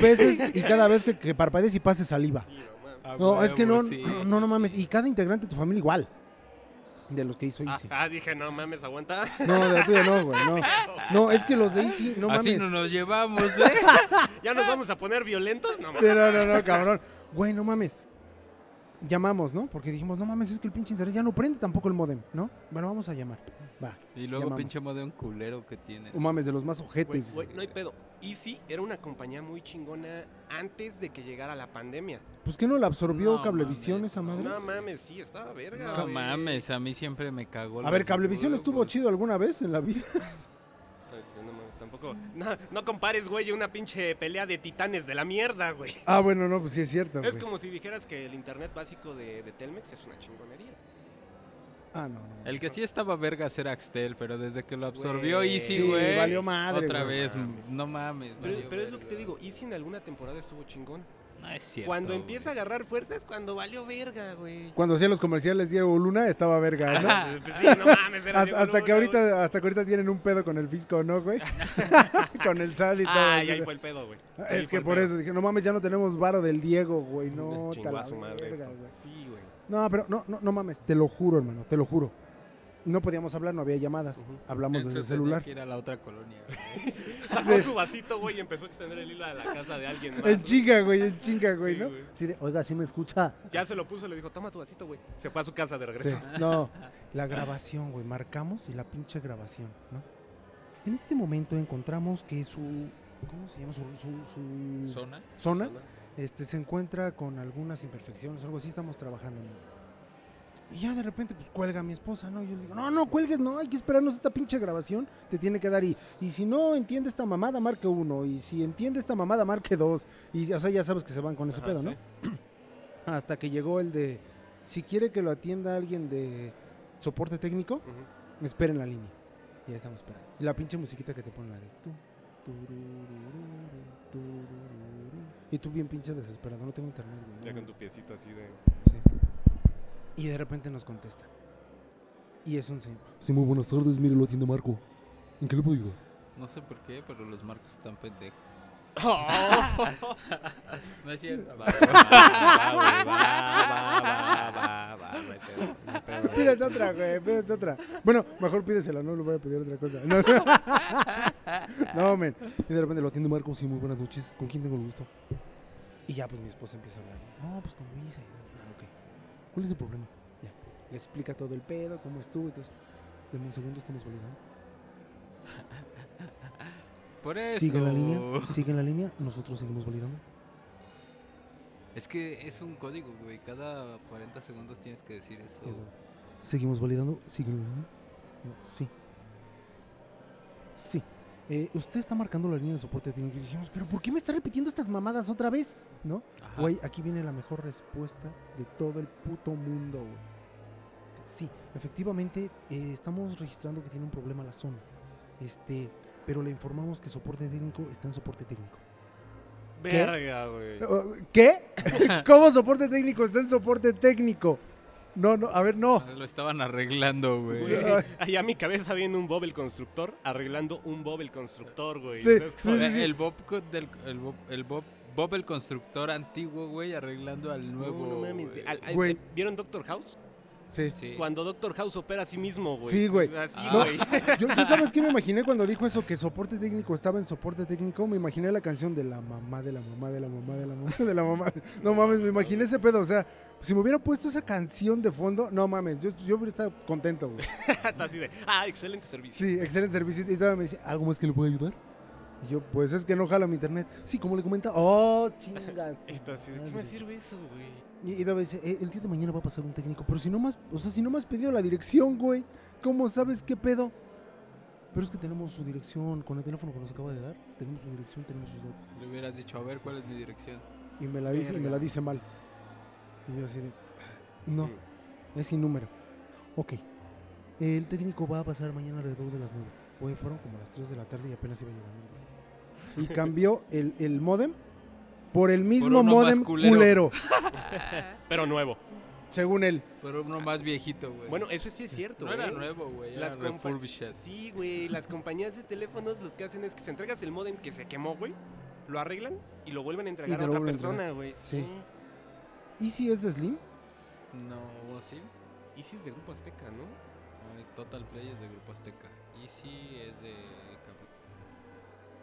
Speaker 3: [LAUGHS]
Speaker 5: veces y cada vez que, que parpadees y pases saliva.
Speaker 4: Sí, no mames.
Speaker 3: A
Speaker 5: No, es que no,
Speaker 3: huevo, Ah, sí,
Speaker 5: no, no
Speaker 3: sí,
Speaker 5: mames.
Speaker 3: sí.
Speaker 5: Y cada integrante de tu familia igual. De los que hizo
Speaker 4: Ah,
Speaker 5: Easy.
Speaker 3: [LAUGHS]
Speaker 4: ah, dije, no mames, aguanta. [LAUGHS]
Speaker 5: No, de la tuya no, güey, no. No, es que los de Easy, no mames.
Speaker 3: Así no nos
Speaker 5: [LAUGHS]
Speaker 3: llevamos, ¿eh?
Speaker 4: ¿Ya nos vamos a poner violentos? No mames.
Speaker 5: Sí, no, no, no, cabrón. Güey, no mames. llamamos, ¿no? Porque dijimos, no mames, es que el pinche internet ya no prende tampoco el modem, ¿no? Bueno, vamos a llamar. Va.
Speaker 3: Y luego
Speaker 5: Llamamos.
Speaker 3: pinche modem culero que tiene.
Speaker 5: No mames, de los más
Speaker 4: Güey,
Speaker 5: ojetes.
Speaker 4: güey, no hay pedo. Easy era una compañía muy chingona antes de que llegara la pandemia.
Speaker 5: Pues que no la absorbió
Speaker 3: No
Speaker 5: Cablevisión
Speaker 3: mames,
Speaker 5: esa madre.
Speaker 4: No mames, sí, estaba verga.
Speaker 3: No
Speaker 4: güey.
Speaker 3: mames, a mí siempre me cagó.
Speaker 5: a
Speaker 3: la
Speaker 5: ver, Cablevisión
Speaker 3: figura,
Speaker 5: estuvo
Speaker 3: güey.
Speaker 5: chido alguna vez en la vida. [LAUGHS]
Speaker 4: Pues, no mames, tampoco. No, no compares, güey, una pinche pelea de titanes de la mierda, güey.
Speaker 5: Ah, bueno, no, pues sí es cierto.
Speaker 4: Es
Speaker 5: güey.
Speaker 4: como si dijeras que el internet básico de, de Telmex es una chingonería.
Speaker 5: Ah, no, no.
Speaker 3: El que sí estaba vergas era Axtel, pero desde que lo absorbió
Speaker 4: Güey.
Speaker 3: Easy,
Speaker 4: Sí,
Speaker 3: güey.
Speaker 5: valió madre,
Speaker 3: Otra
Speaker 5: güey.
Speaker 3: vez,
Speaker 4: No mames.
Speaker 3: no mames.
Speaker 4: Pero,
Speaker 3: valió
Speaker 4: pero es lo que te
Speaker 3: verga.
Speaker 4: digo, Easy en alguna temporada estuvo chingón.
Speaker 3: No es cierto.
Speaker 4: cuando
Speaker 3: güey.
Speaker 4: empieza a agarrar fuerza es cuando valió verga, [LAUGHS] güey.
Speaker 5: Cuando hacía los comerciales Diego Luna estaba verga,
Speaker 4: [LAUGHS]
Speaker 5: ¿no?
Speaker 3: Ajá.
Speaker 4: Pues, pues, sí, no mames, era
Speaker 5: Hasta, [LAUGHS]
Speaker 4: Diego
Speaker 5: hasta que
Speaker 4: Luna, güey.
Speaker 5: ahorita, hasta que ahorita tienen un pedo con el fisco, ¿no,
Speaker 4: [LAUGHS]
Speaker 5: güey? [LAUGHS] con el SAD y todo.
Speaker 4: Ay,
Speaker 5: así
Speaker 4: ahí
Speaker 5: de-
Speaker 4: fue el pedo, güey. Ahí
Speaker 5: Es
Speaker 4: fue
Speaker 5: que
Speaker 4: el
Speaker 5: por
Speaker 4: pedo.
Speaker 5: eso dije, no mames, ya no tenemos varo del Diego, güey. No,
Speaker 4: [LAUGHS] Chingó
Speaker 5: te la
Speaker 4: a su madre
Speaker 5: verga,
Speaker 4: esto.
Speaker 5: güey.
Speaker 4: Sí, güey.
Speaker 5: No, pero no, no, no mames, te lo juro, hermano, te lo juro. No podíamos hablar, no había llamadas.
Speaker 4: Ujú.
Speaker 5: Hablamos
Speaker 3: Entonces
Speaker 5: desde el
Speaker 3: tenía
Speaker 5: celular.
Speaker 3: que ir a la otra colonia. güey.
Speaker 4: Sacó
Speaker 5: [LAUGHS] Sí.
Speaker 4: su vasito, güey, y empezó a extender el hilo a la casa de alguien más.
Speaker 5: En
Speaker 4: güey.
Speaker 5: chinga, güey, en chinga, güey,
Speaker 4: Sí,
Speaker 5: ¿no?
Speaker 4: güey.
Speaker 5: Sí, de, oiga, sí me escucha.
Speaker 4: Ya se lo puso, le dijo, toma tu vasito, güey. Se fue a su casa de
Speaker 5: Sí,
Speaker 4: regreso.
Speaker 5: no, la grabación, güey, marcamos y la pinche grabación, ¿no? En este momento encontramos que su, ¿cómo se llama? Su, su- su
Speaker 3: ¿Zona?
Speaker 5: zona, este, se encuentra con algunas imperfecciones, algo así, estamos trabajando en ello. Y ya de repente, pues cuelga mi esposa, ¿no? Yo le digo, no, no cuelgues, no, hay que esperarnos esta pinche grabación, te tiene que dar. Y, y si no entiende esta mamada, marque uno. Y si entiende esta mamada, marque dos. Y, o sea, ya sabes que se van con ese
Speaker 4: Ajá,
Speaker 5: pedo,
Speaker 4: sí.
Speaker 5: ¿no? [CLEARS THROAT] Hasta que llegó el de, si quiere que lo atienda alguien de soporte técnico,
Speaker 4: Ujú.
Speaker 5: esperen la línea. Y ya estamos esperando. Y la pinche musiquita que te pone la de tú. tururururu, turururu. Y tú bien pinche desesperado, no tengo internet. güey, no
Speaker 4: Ya con
Speaker 5: mames.
Speaker 4: tu piecito así de...
Speaker 5: Sí. Y de repente nos contesta. Y es un señor. Sí, muy buenas tardes, mire, lo atiende Marco. ¿En qué le puedo ayudar?
Speaker 3: No sé por qué, pero los marcos están
Speaker 4: [LAUGHS]
Speaker 3: pendejos.
Speaker 4: Oh,
Speaker 3: No es cierto.
Speaker 4: va, güey, va, va, va, va, va, no hay pedo, no hay pedo, güey.
Speaker 5: Pídete otra, güey, pídete otra. Bueno, mejor pídesela, no le voy a pedir otra cosa. No, no. [LAUGHS] No, men. Y de repente lo atiende Marco, sí, muy buenas noches. ¿Con quién tengo el gusto? Y ya, pues mi esposa empieza a hablar. No, pues con Luisa. Ah, ok. ¿Cuál es el problema? Ya. Le explica todo el pedo, cómo estuvo y todo eso. Deme un segundo, estamos validando.
Speaker 3: Por eso.
Speaker 5: Sigue en la línea, sigue en la línea, nosotros seguimos validando.
Speaker 3: Es que es un código, güey. Cada 40 segundos tienes que decir eso.
Speaker 5: Eso. Seguimos validando, sigue en la línea. Yo, sí. Sí. Eh, usted está marcando la línea de soporte técnico y dijimos, pero ¿por qué me está repitiendo estas mamadas otra vez? ¿No?
Speaker 3: Ajá.
Speaker 5: Güey, aquí viene la mejor respuesta de todo el puto mundo, güey. Sí, efectivamente, eh, estamos registrando que tiene un problema la zona. Este, pero le informamos que soporte técnico está en soporte técnico. ¿Qué?
Speaker 4: Verga, güey.
Speaker 5: ¿Qué? [LAUGHS] ¿Cómo soporte técnico está en soporte técnico? No, no, a ver, no.
Speaker 4: Ah,
Speaker 3: Lo estaban arreglando, güey.
Speaker 4: Güey, [LAUGHS]
Speaker 5: Ay.
Speaker 4: Allá a mi cabeza viene un Bob el constructor arreglando un Bob el constructor, güey.
Speaker 5: Sí,
Speaker 4: ¿Sabes
Speaker 5: sí,
Speaker 4: cómo?
Speaker 3: Joder, El Bob co- del el Bob, el Bob, Bob el constructor antiguo, güey, arreglando al
Speaker 4: No,
Speaker 3: nuevo.
Speaker 4: no mames.
Speaker 3: güey.
Speaker 4: Al- al-
Speaker 5: Güey.
Speaker 4: ¿Vieron Doctor House?
Speaker 5: Sí.
Speaker 3: Sí.
Speaker 4: Cuando Doctor House opera a sí mismo, güey.
Speaker 5: Sí, güey.
Speaker 4: Así,
Speaker 3: Ah.
Speaker 4: güey. [LAUGHS]
Speaker 5: Yo, yo, sabes qué me imaginé cuando dijo eso que soporte técnico estaba en soporte técnico, me imaginé la canción de la mamá de la mamá de la mamá de la mamá de la mamá. No mames, me imaginé ese pedo, o sea, si me hubiera puesto esa canción de fondo, no mames, yo, yo hubiera estado contento, güey.
Speaker 4: Así de, ah, excelente servicio.
Speaker 5: Sí, excelente servicio. Y todavía me dice, ¿algo más que le pueda ayudar? Y yo, pues es que no jala mi internet. Sí, como le comenta, oh, chinga.
Speaker 4: Y tú así de, ¿qué me sirve eso, güey?
Speaker 5: Y, y todavía dice, "Eh, el día de mañana va a pasar un técnico, pero si no más, o sea, si no me has pedido la dirección, güey, ¿cómo sabes qué pedo? Pero es que tenemos su dirección con el teléfono que nos acaba de dar, tenemos su dirección, tenemos sus datos.
Speaker 3: Le hubieras dicho, a ver, ¿cuál es mi dirección?
Speaker 5: Y me la dice, y me
Speaker 4: Verga.
Speaker 5: la dice mal. Y yo así de, "Ah, no, es sin número. Ok, el técnico va a pasar mañana alrededor de las 9. Güey, fueron como las 3 de la tarde y apenas iba llegando. güey. Y cambió el, el modem por el mismo
Speaker 3: uno más
Speaker 5: modem
Speaker 3: culero.
Speaker 5: culero,
Speaker 4: Pero nuevo.
Speaker 5: según él.
Speaker 3: Pero
Speaker 5: Ah,
Speaker 3: uno más viejito, güey.
Speaker 4: Bueno, eso sí es cierto,
Speaker 3: no
Speaker 5: ¿eh?
Speaker 3: era
Speaker 4: güey.
Speaker 3: nuevo, güey. Era
Speaker 4: Las compa-
Speaker 3: refurbished.
Speaker 4: Sí, güey, las compañías de teléfonos lo que hacen es que se entregas el modem que se quemó, güey, lo arreglan y lo vuelven a
Speaker 5: Y
Speaker 4: entregar
Speaker 5: te
Speaker 4: a
Speaker 5: lo
Speaker 4: otra
Speaker 5: vuelven a entregar.
Speaker 4: persona, güey.
Speaker 5: Sí. ¿Y si es de Slim?
Speaker 3: No, sí.
Speaker 4: Y si es de Grupo Azteca, ¿no?
Speaker 3: Ay, Total Play es de Grupo Azteca. Easy es de. Cap-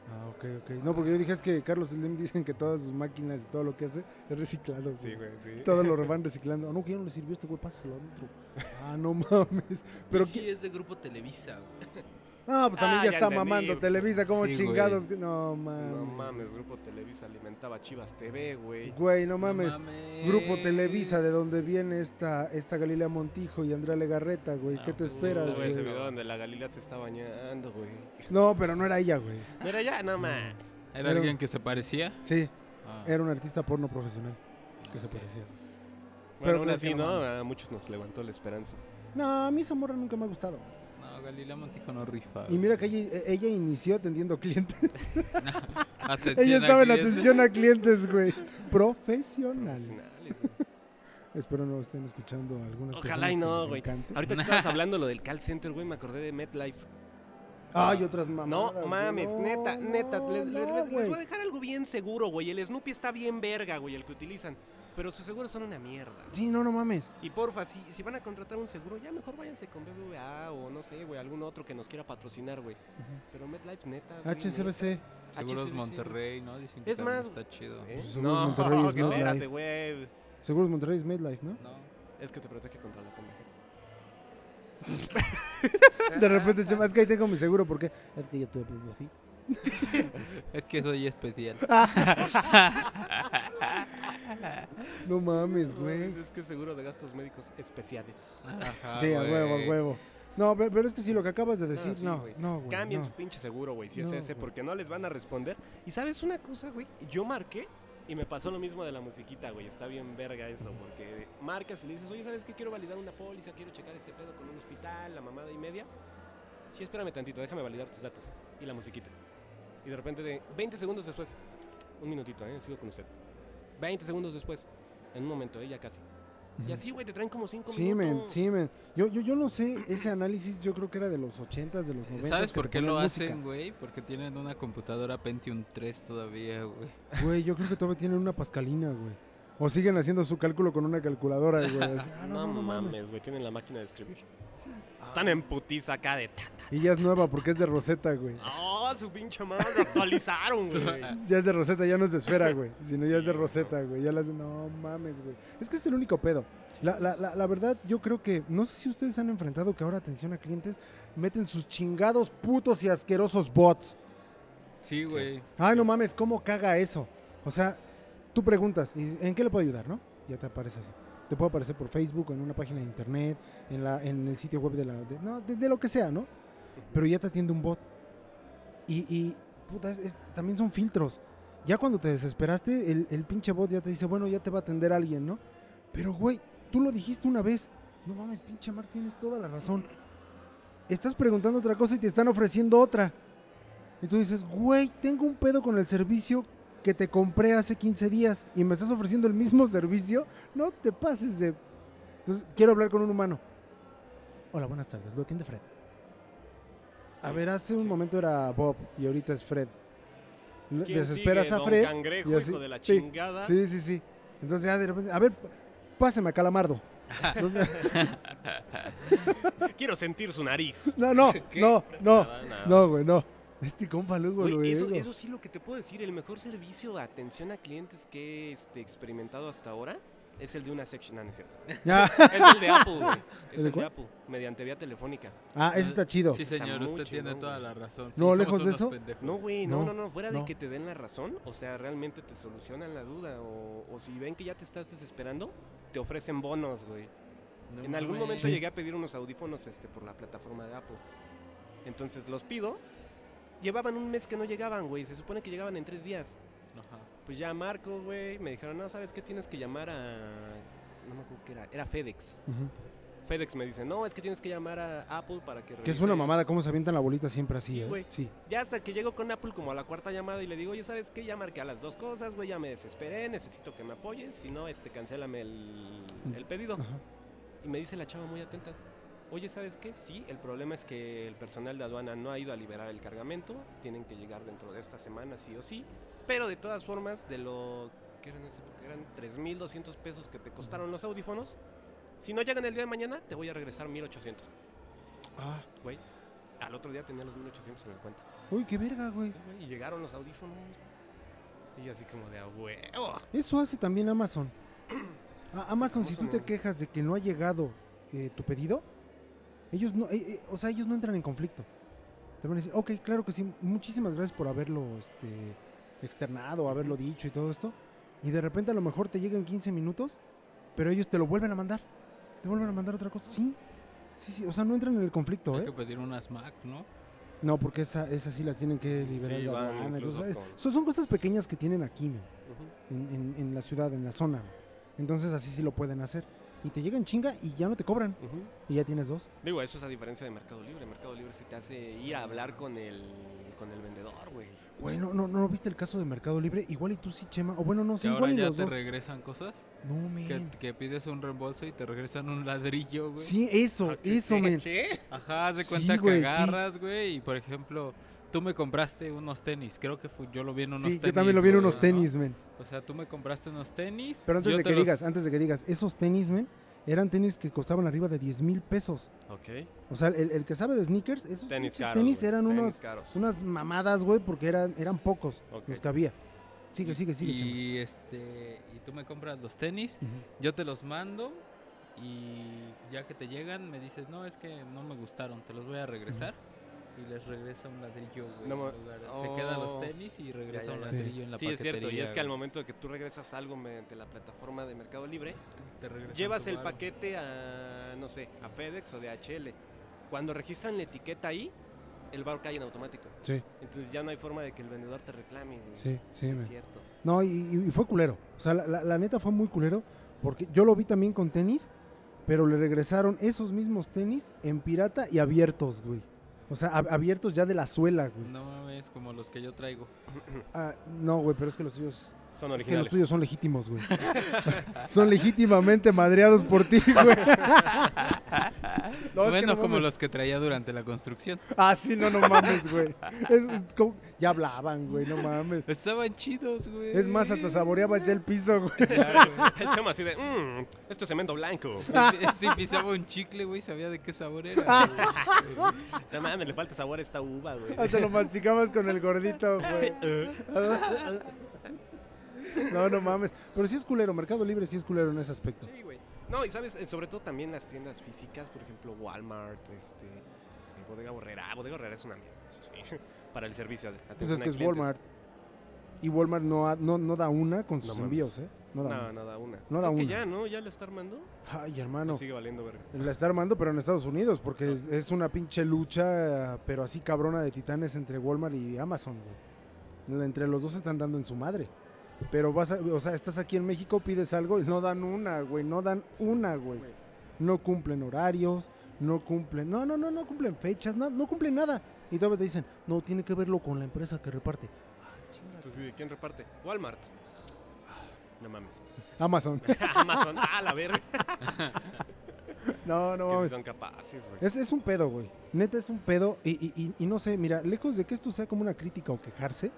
Speaker 5: Ah, ok, ok. No, porque yo dije es que Carlos Slim dicen que todas sus máquinas y todo lo que hace es reciclado. güey.
Speaker 6: Sí, güey, sí.
Speaker 5: Todo lo van reciclando. Ah, no, que ya no le sirvió este güey, pásalo a otro. Ah, no mames. Pero
Speaker 3: sí
Speaker 5: ¿quién?
Speaker 3: es de grupo Televisa, güey.
Speaker 5: Ah, pues también
Speaker 4: Ah,
Speaker 5: ya,
Speaker 4: ya
Speaker 5: está
Speaker 4: entendí.
Speaker 5: mamando Televisa, como
Speaker 3: Sí, güey.
Speaker 5: chingados. que- Ah, No
Speaker 4: No
Speaker 5: mames.
Speaker 4: mames, Grupo Televisa alimentaba Chivas TV, güey.
Speaker 5: Güey, no mames.
Speaker 3: No mames.
Speaker 5: Grupo Televisa, de donde viene esta, esta Galilea Montijo y Andrea Legarreta, güey.
Speaker 3: Ah,
Speaker 5: ¿Qué te
Speaker 3: pues,
Speaker 5: esperas,
Speaker 4: Güey, ese
Speaker 5: güey?
Speaker 4: video donde la Galila se está bañando, güey.
Speaker 5: No, pero no era ella, güey.
Speaker 4: Mira ya, no mames.
Speaker 3: ¿Era
Speaker 5: Era-
Speaker 3: alguien que se parecía?
Speaker 5: Sí,
Speaker 3: Ah.
Speaker 5: era un artista porno profesional que se parecía. Pero
Speaker 4: Pero aún
Speaker 5: pues,
Speaker 4: así,
Speaker 5: no
Speaker 4: ¿no?
Speaker 5: mames.
Speaker 4: A muchos nos levantó la esperanza.
Speaker 5: No, a mí esa morra nunca me ha gustado.
Speaker 3: No, Galilea Montijo no rifa.
Speaker 5: Y mira que ella, ella inició atendiendo clientes.
Speaker 3: Atención
Speaker 5: [LAUGHS] ella estaba en
Speaker 3: aquí,
Speaker 5: atención a clientes,
Speaker 4: [LAUGHS]
Speaker 5: güey. Profesional.
Speaker 4: Profesionales, güey.
Speaker 5: Espero no estén escuchando algunas
Speaker 4: Ojalá
Speaker 5: personas
Speaker 4: y
Speaker 5: que
Speaker 4: no,
Speaker 5: les
Speaker 4: güey.
Speaker 5: encante.
Speaker 4: Ahorita que estabas hablando lo del call center, güey, me acordé de MetLife.
Speaker 5: Ay, otras
Speaker 4: No
Speaker 5: mamadas. güey.
Speaker 4: mames,
Speaker 5: No,
Speaker 4: neta,
Speaker 5: no,
Speaker 4: neta. Les,
Speaker 5: no,
Speaker 4: les- les- les
Speaker 5: güey.
Speaker 4: voy a dejar algo bien seguro, güey. El Snoopy está bien verga, güey, el que utilizan. Pero sus seguros son una mierda.
Speaker 5: Sí, no, no mames.
Speaker 4: Y porfa, si, si van a contratar un seguro, ya mejor váyanse con BBVA o no sé, güey, algún otro que nos quiera patrocinar, güey. Pero MetLife, neta. güey,
Speaker 5: HCBC.
Speaker 4: neta.
Speaker 3: Seguros
Speaker 4: HCBC,
Speaker 3: Monterrey, ¿no? Dicen que
Speaker 4: Es
Speaker 3: también
Speaker 4: más,
Speaker 3: está chido.
Speaker 4: ¿Eh?
Speaker 5: Pues seguro
Speaker 4: No,
Speaker 5: Monterrey es
Speaker 4: que
Speaker 5: MetLife.
Speaker 4: espérate, güey.
Speaker 5: Seguros Monterrey es Midlife, ¿no?
Speaker 3: No.
Speaker 4: Es que te protege contra la pendeja.
Speaker 5: [LAUGHS] De repente, chema, es que ahí tengo mi seguro porque es que yo tuve pues, así.
Speaker 3: Es que soy especial.
Speaker 5: [LAUGHS] No mames, pues, güey.
Speaker 4: Es que seguro de gastos médicos especiales. Ah,
Speaker 3: Ajá,
Speaker 5: sí, a huevo, a
Speaker 3: güey.
Speaker 5: huevo. No, pe- pero, es que si lo que acabas de decir,
Speaker 4: sí,
Speaker 5: no,
Speaker 4: güey.
Speaker 5: no, güey.
Speaker 4: Cambien
Speaker 5: no.
Speaker 4: su pinche seguro, güey, si
Speaker 5: No,
Speaker 4: es ese,
Speaker 5: güey.
Speaker 4: porque no les van a responder. Y sabes una cosa, güey, yo marqué y me pasó lo mismo de la musiquita, güey. Está bien verga eso, porque marcas y le dices, oye, ¿sabes qué? Quiero validar una póliza, quiero checar este pedo con un hospital, la mamada y media. Sí, espérame tantito, déjame validar tus datos. Y la musiquita. Y de repente, de- 20 segundos después, un minutito, ¿eh? Sigo con usted. 20 segundos después, en un momento, ¿eh? Ya casi. Y así, güey, te traen como 5
Speaker 5: Sí, men,
Speaker 4: minutos.
Speaker 5: sí, men. Yo, yo, yo no sé, ese análisis yo creo que era de los 80s, de los 90s.
Speaker 3: ¿Sabes
Speaker 5: que
Speaker 3: por
Speaker 5: te
Speaker 3: qué
Speaker 5: ponían
Speaker 3: lo
Speaker 5: música.
Speaker 3: hacen, güey? Porque tienen una computadora Pentium 3 todavía, güey.
Speaker 5: Güey, yo creo que todavía tienen una pascalina, güey. O siguen haciendo su cálculo con una calculadora, güey. así, ah,
Speaker 4: [LAUGHS] No, mames, güey, tienen la máquina de escribir. Están en putiza acá de ta.
Speaker 5: Y ya es nueva porque es de Rosetta, güey.
Speaker 4: ¡Ah, su pinche madre! lo [LAUGHS] Actualizaron, güey.
Speaker 5: Ya es de Rosetta, ya no es de esfera, güey. Sino ya es de Rosetta, güey. Ya las. No mames, güey. Es que es el único pedo. La, la, la, la verdad, yo creo que. No sé si ustedes han enfrentado que ahora atención a clientes meten sus chingados putos y asquerosos bots.
Speaker 3: Sí, güey.
Speaker 5: Ay, no mames, ¿cómo caga eso? O sea, tú preguntas, ¿y ¿en qué le puedo ayudar, no? Ya te aparece así. Te puede aparecer por Facebook, en una página de internet, en, la, en el sitio web de la. de- no, de, de lo que sea, ¿no? Pero ya te atiende un bot. Y, y, puta, es- es- también son filtros. Ya cuando te desesperaste, el, el pinche bot ya te dice, bueno, ya te va a atender alguien, ¿no? Pero, güey, tú lo dijiste una vez. No mames, pinche Mark, tienes toda la razón. Estás preguntando otra cosa y te están ofreciendo otra. Y tú dices, güey, tengo un pedo con el servicio que te compré hace 15 días y me estás ofreciendo el mismo servicio. No te pases de... Entonces, quiero hablar con un humano. Hola, buenas tardes. Lo atiende Fred. A ver, hace un momento era Bob y ahorita es Fred. Lo-
Speaker 4: ¿Quién
Speaker 5: Desesperas
Speaker 4: sigue?
Speaker 5: a
Speaker 4: Don
Speaker 5: Fred.
Speaker 4: Cangrejo,
Speaker 5: y así-
Speaker 4: hijo de la
Speaker 5: sí,
Speaker 4: chingada.
Speaker 5: Sí, sí, sí. Entonces ya de repente, a ver, p- páseme a Calamardo. Entonces, [LAUGHS]
Speaker 4: Quiero sentir su nariz. [LAUGHS]
Speaker 5: no, no, no, no,
Speaker 4: Nada, nada.
Speaker 5: no, güey, no. Este compa luego
Speaker 4: Güey,
Speaker 5: lo
Speaker 4: eso,
Speaker 5: digo.
Speaker 4: eso sí lo que te puedo decir, el mejor servicio de atención a clientes que he este, experimentado hasta ahora es el de una section, Ah, no, no es cierto.
Speaker 5: Ya.
Speaker 4: [LAUGHS] Es el de Apple, güey.
Speaker 5: ¿El
Speaker 4: Es
Speaker 5: de
Speaker 4: el de
Speaker 5: cuál?
Speaker 4: Apple, mediante vía telefónica.
Speaker 5: Ah, eso está chido.
Speaker 3: Sí,
Speaker 4: Está
Speaker 3: señor,
Speaker 4: muy
Speaker 3: usted tiene
Speaker 4: chingón,
Speaker 3: toda
Speaker 4: güey.
Speaker 3: la razón.
Speaker 5: No,
Speaker 3: somos
Speaker 5: lejos de
Speaker 3: unos
Speaker 5: eso,
Speaker 3: pendejos.
Speaker 4: No, güey, no,
Speaker 5: No,
Speaker 4: no, no, fuera
Speaker 5: no.
Speaker 4: de que te den la razón, o sea, realmente te solucionan la duda, o, o si ven que ya te estás desesperando, te ofrecen bonos, güey.
Speaker 3: No
Speaker 4: en algún
Speaker 3: mames.
Speaker 4: momento
Speaker 5: Sí.
Speaker 4: llegué a pedir unos audífonos este, por la plataforma de Apple. Entonces los pido, llevaban un mes que no llegaban, güey, se supone que llegaban en tres días.
Speaker 3: Ajá.
Speaker 4: Pues ya marco, güey, me dijeron, no, ¿sabes qué? Tienes que llamar a... No me acuerdo qué era, era FedEx.
Speaker 5: Ujú.
Speaker 4: FedEx me dice, no, es que tienes que llamar a Apple para que...
Speaker 5: Que es
Speaker 4: revise".
Speaker 5: una mamada cómo se avientan la bolita siempre así,
Speaker 4: Sí,
Speaker 5: ¿eh?
Speaker 4: güey.
Speaker 5: Sí.
Speaker 4: Ya hasta que llego con Apple como a la cuarta llamada y le digo, oye, ¿sabes qué? Ya marqué a las dos cosas, güey, ya me desesperé, necesito que me apoyes, si no, este, cancélame el, el pedido.
Speaker 5: Ajá.
Speaker 4: Y me dice la chava muy atenta, oye, ¿sabes qué? Sí, el problema es que el personal de aduana no ha ido a liberar el cargamento, tienen que llegar dentro de esta semana sí o sí, pero de todas formas, de lo que eran, en esa época? eran 3.200 pesos que te costaron los audífonos, si no llegan el día de mañana, te voy a regresar 1.800.
Speaker 5: Ah,
Speaker 4: Güey, al otro día tenía los 1.800 en la cuenta.
Speaker 5: Uy, qué verga, güey.
Speaker 4: Sí, güey, Y llegaron los audífonos. Y yo así como de a huevo.
Speaker 5: Eso hace también Amazon. A- Amazon, si tú te
Speaker 4: Amazon.
Speaker 5: quejas de que no ha llegado eh, tu pedido, ellos no, eh, eh, o sea, ellos no entran en conflicto. Te van a decir, ok, claro que sí, muchísimas gracias por haberlo este, externado, haberlo dicho y todo esto. Y de repente a lo mejor te llegan 15 minutos, pero ellos te lo vuelven a mandar. Te vuelven a mandar otra cosa. Sí, sí, sí, o sea, no entran en el conflicto,
Speaker 3: Hay que
Speaker 5: ¿eh?
Speaker 3: pedir unas Mac, ¿no?
Speaker 5: No, porque esa- esas sí las tienen que liberar.
Speaker 4: Sí,
Speaker 5: de
Speaker 4: van
Speaker 5: aduana,
Speaker 4: incluso
Speaker 5: entonces, eh,
Speaker 4: con-
Speaker 5: son- son cosas pequeñas que tienen aquí, ¿no?
Speaker 4: Ujú.
Speaker 5: en, en- en la ciudad, en la zona. güey. Entonces así sí lo pueden hacer. Y te llegan chinga y ya no te cobran.
Speaker 4: Ujú.
Speaker 5: Y ya tienes dos.
Speaker 4: Digo, eso es a diferencia de Mercado Libre. Mercado Libre sí te hace ir a hablar con el, con el vendedor, güey.
Speaker 5: Güey, no, no, no viste el caso de Mercado Libre. Igual y tú sí, Chema. O bueno, no
Speaker 3: que
Speaker 5: sé,
Speaker 3: ahora
Speaker 5: igual y
Speaker 3: ya
Speaker 5: los
Speaker 3: te
Speaker 5: dos.
Speaker 3: regresan cosas.
Speaker 5: No,
Speaker 3: Que,
Speaker 5: men.
Speaker 3: que pides un reembolso y te regresan un ladrillo, güey.
Speaker 5: Sí, eso,
Speaker 4: Ah, ¿qué-
Speaker 5: eso,
Speaker 4: qué-
Speaker 5: men.
Speaker 4: ¿Qué?
Speaker 3: Ajá, haz de
Speaker 5: Sí,
Speaker 3: cuenta que
Speaker 5: güey, sí.
Speaker 3: agarras, güey, y por ejemplo, tú me compraste unos tenis. Creo que fue- yo lo vi en unos
Speaker 5: Sí,
Speaker 3: tenis.
Speaker 5: yo también lo vi en
Speaker 3: güey,
Speaker 5: unos
Speaker 3: ¿no?
Speaker 5: tenis, men.
Speaker 3: O sea, tú me compraste unos tenis.
Speaker 5: Pero antes
Speaker 3: yo
Speaker 5: de
Speaker 3: te
Speaker 5: que
Speaker 3: los-
Speaker 5: digas, antes de que digas, esos tenis, men, eran tenis que costaban arriba de 10 mil pesos.
Speaker 4: Ok.
Speaker 5: O sea, el, el que sabe de sneakers, esos
Speaker 4: Tenis
Speaker 5: pinches
Speaker 4: caros.
Speaker 5: tenis
Speaker 4: güey,
Speaker 5: eran
Speaker 4: tenis
Speaker 5: unos,
Speaker 4: caros.
Speaker 5: unas mamadas, güey, porque eran, eran pocos
Speaker 4: Ok.
Speaker 5: los que había. Sigue,
Speaker 3: y-
Speaker 5: sigue, sigue, Chema.
Speaker 3: Y este, y tú me compras los tenis,
Speaker 5: Ujú.
Speaker 3: yo te los mando y ya que te llegan me dices, "No, es que no me gustaron, te los voy a regresar." Y les regresa un ladrillo, güey.
Speaker 4: No
Speaker 3: en
Speaker 4: ma-
Speaker 3: lugar de- Se quedan los
Speaker 4: Oh.
Speaker 3: tenis y regresa
Speaker 4: ya,
Speaker 3: un
Speaker 4: ya.
Speaker 5: Sí.
Speaker 3: ladrillo en la
Speaker 4: Sí, es cierto. Y
Speaker 3: paquetería,
Speaker 4: es que al
Speaker 3: güey.
Speaker 4: momento de que tú regresas algo mediante la plataforma de Mercado Libre,
Speaker 3: Te regresan
Speaker 4: llevas
Speaker 3: tu
Speaker 4: el
Speaker 3: varo.
Speaker 4: paquete a, no sé, a FedEx o DHL. Cuando registran la etiqueta ahí, el bar cae en automático.
Speaker 5: Sí,
Speaker 4: Entonces ya no hay forma de que el vendedor te reclame, güey.
Speaker 5: sí, sí,
Speaker 4: Es
Speaker 5: men.
Speaker 4: cierto.
Speaker 5: No, y, y- y fue culero. O sea, la, la- la neta fue muy culero. Porque yo lo vi también con tenis, pero le regresaron esos mismos tenis en pirata y abiertos, güey. O sea, ab- abiertos ya de la suela, güey.
Speaker 3: No mames, como los que yo traigo.
Speaker 5: Ah, no, güey, pero es que los tuyos.
Speaker 4: Son
Speaker 5: Es que los
Speaker 4: originales.
Speaker 5: tuyos son legítimos, güey. [LAUGHS] son legítimamente madreados por ti, güey. [LAUGHS] No, es que
Speaker 3: bueno,
Speaker 5: no
Speaker 3: como
Speaker 5: mames.
Speaker 3: los que traía durante la construcción.
Speaker 5: Ah, sí, no, no mames, güey. Es- es como- Ya hablaban, güey, no mames.
Speaker 3: Estaban chidos, güey.
Speaker 5: Es más, hasta saboreaba ya el piso, güey.
Speaker 4: [LAUGHS] El chama así de, mmm, esto es cemento blanco.
Speaker 3: Si pisaba un chicle, güey, sabía de qué sabor era. güey.
Speaker 4: No mames, le falta sabor a esta uva, güey.
Speaker 5: Hasta lo masticabas con el gordito, güey. No, no mames. Pero sí es culero. Mercado Libre sí es culero en ese aspecto.
Speaker 4: Sí, güey. No, y sabes, Eh, sobre todo también las tiendas físicas, por ejemplo, Walmart, este, eh, Bodega Borrera. Ah, Bodega Borrera es una mierda, eso sí. [LAUGHS] Para el servicio. de
Speaker 5: Pues
Speaker 4: atención
Speaker 5: es
Speaker 4: a
Speaker 5: que es
Speaker 4: clientes.
Speaker 5: Walmart. Y Walmart no, ha- no, no da una con sus
Speaker 4: mames.
Speaker 5: envíos, ¿eh? No da
Speaker 4: No,
Speaker 5: una.
Speaker 4: no da una.
Speaker 5: No da
Speaker 4: Creo que
Speaker 5: una.
Speaker 4: ya, ¿no? ¿Ya la está armando?
Speaker 5: Ay,
Speaker 4: No.
Speaker 5: hermano.
Speaker 4: Sigue valiendo verga.
Speaker 5: La está armando, pero en Estados Unidos, porque es, es una pinche lucha, pero así cabrona de titanes entre Walmart y Amazon, güey. Entre los dos se están dando en su madre. Pero vas a, o sea, estás aquí en México, pides algo y no dan una, güey, no dan una, güey.
Speaker 4: güey.
Speaker 5: No cumplen horarios, no cumplen, no, no, no, no cumplen fechas, no, no cumplen nada. Y todavía te dicen, no, tiene que verlo con la empresa que reparte. Ah, chinga.
Speaker 4: Entonces, ¿de quién reparte? Walmart. No
Speaker 5: [LAUGHS]
Speaker 4: mames. [LAUGHS]
Speaker 5: Amazon.
Speaker 4: Amazon. Ah, la verga.
Speaker 5: No, no,
Speaker 4: Que sí
Speaker 5: mames.
Speaker 4: son capaces, güey. [LAUGHS]
Speaker 5: Es, es un pedo, güey. Neta, es un pedo. Y, y- y- y no sé, mira, lejos de que esto sea como una crítica o quejarse,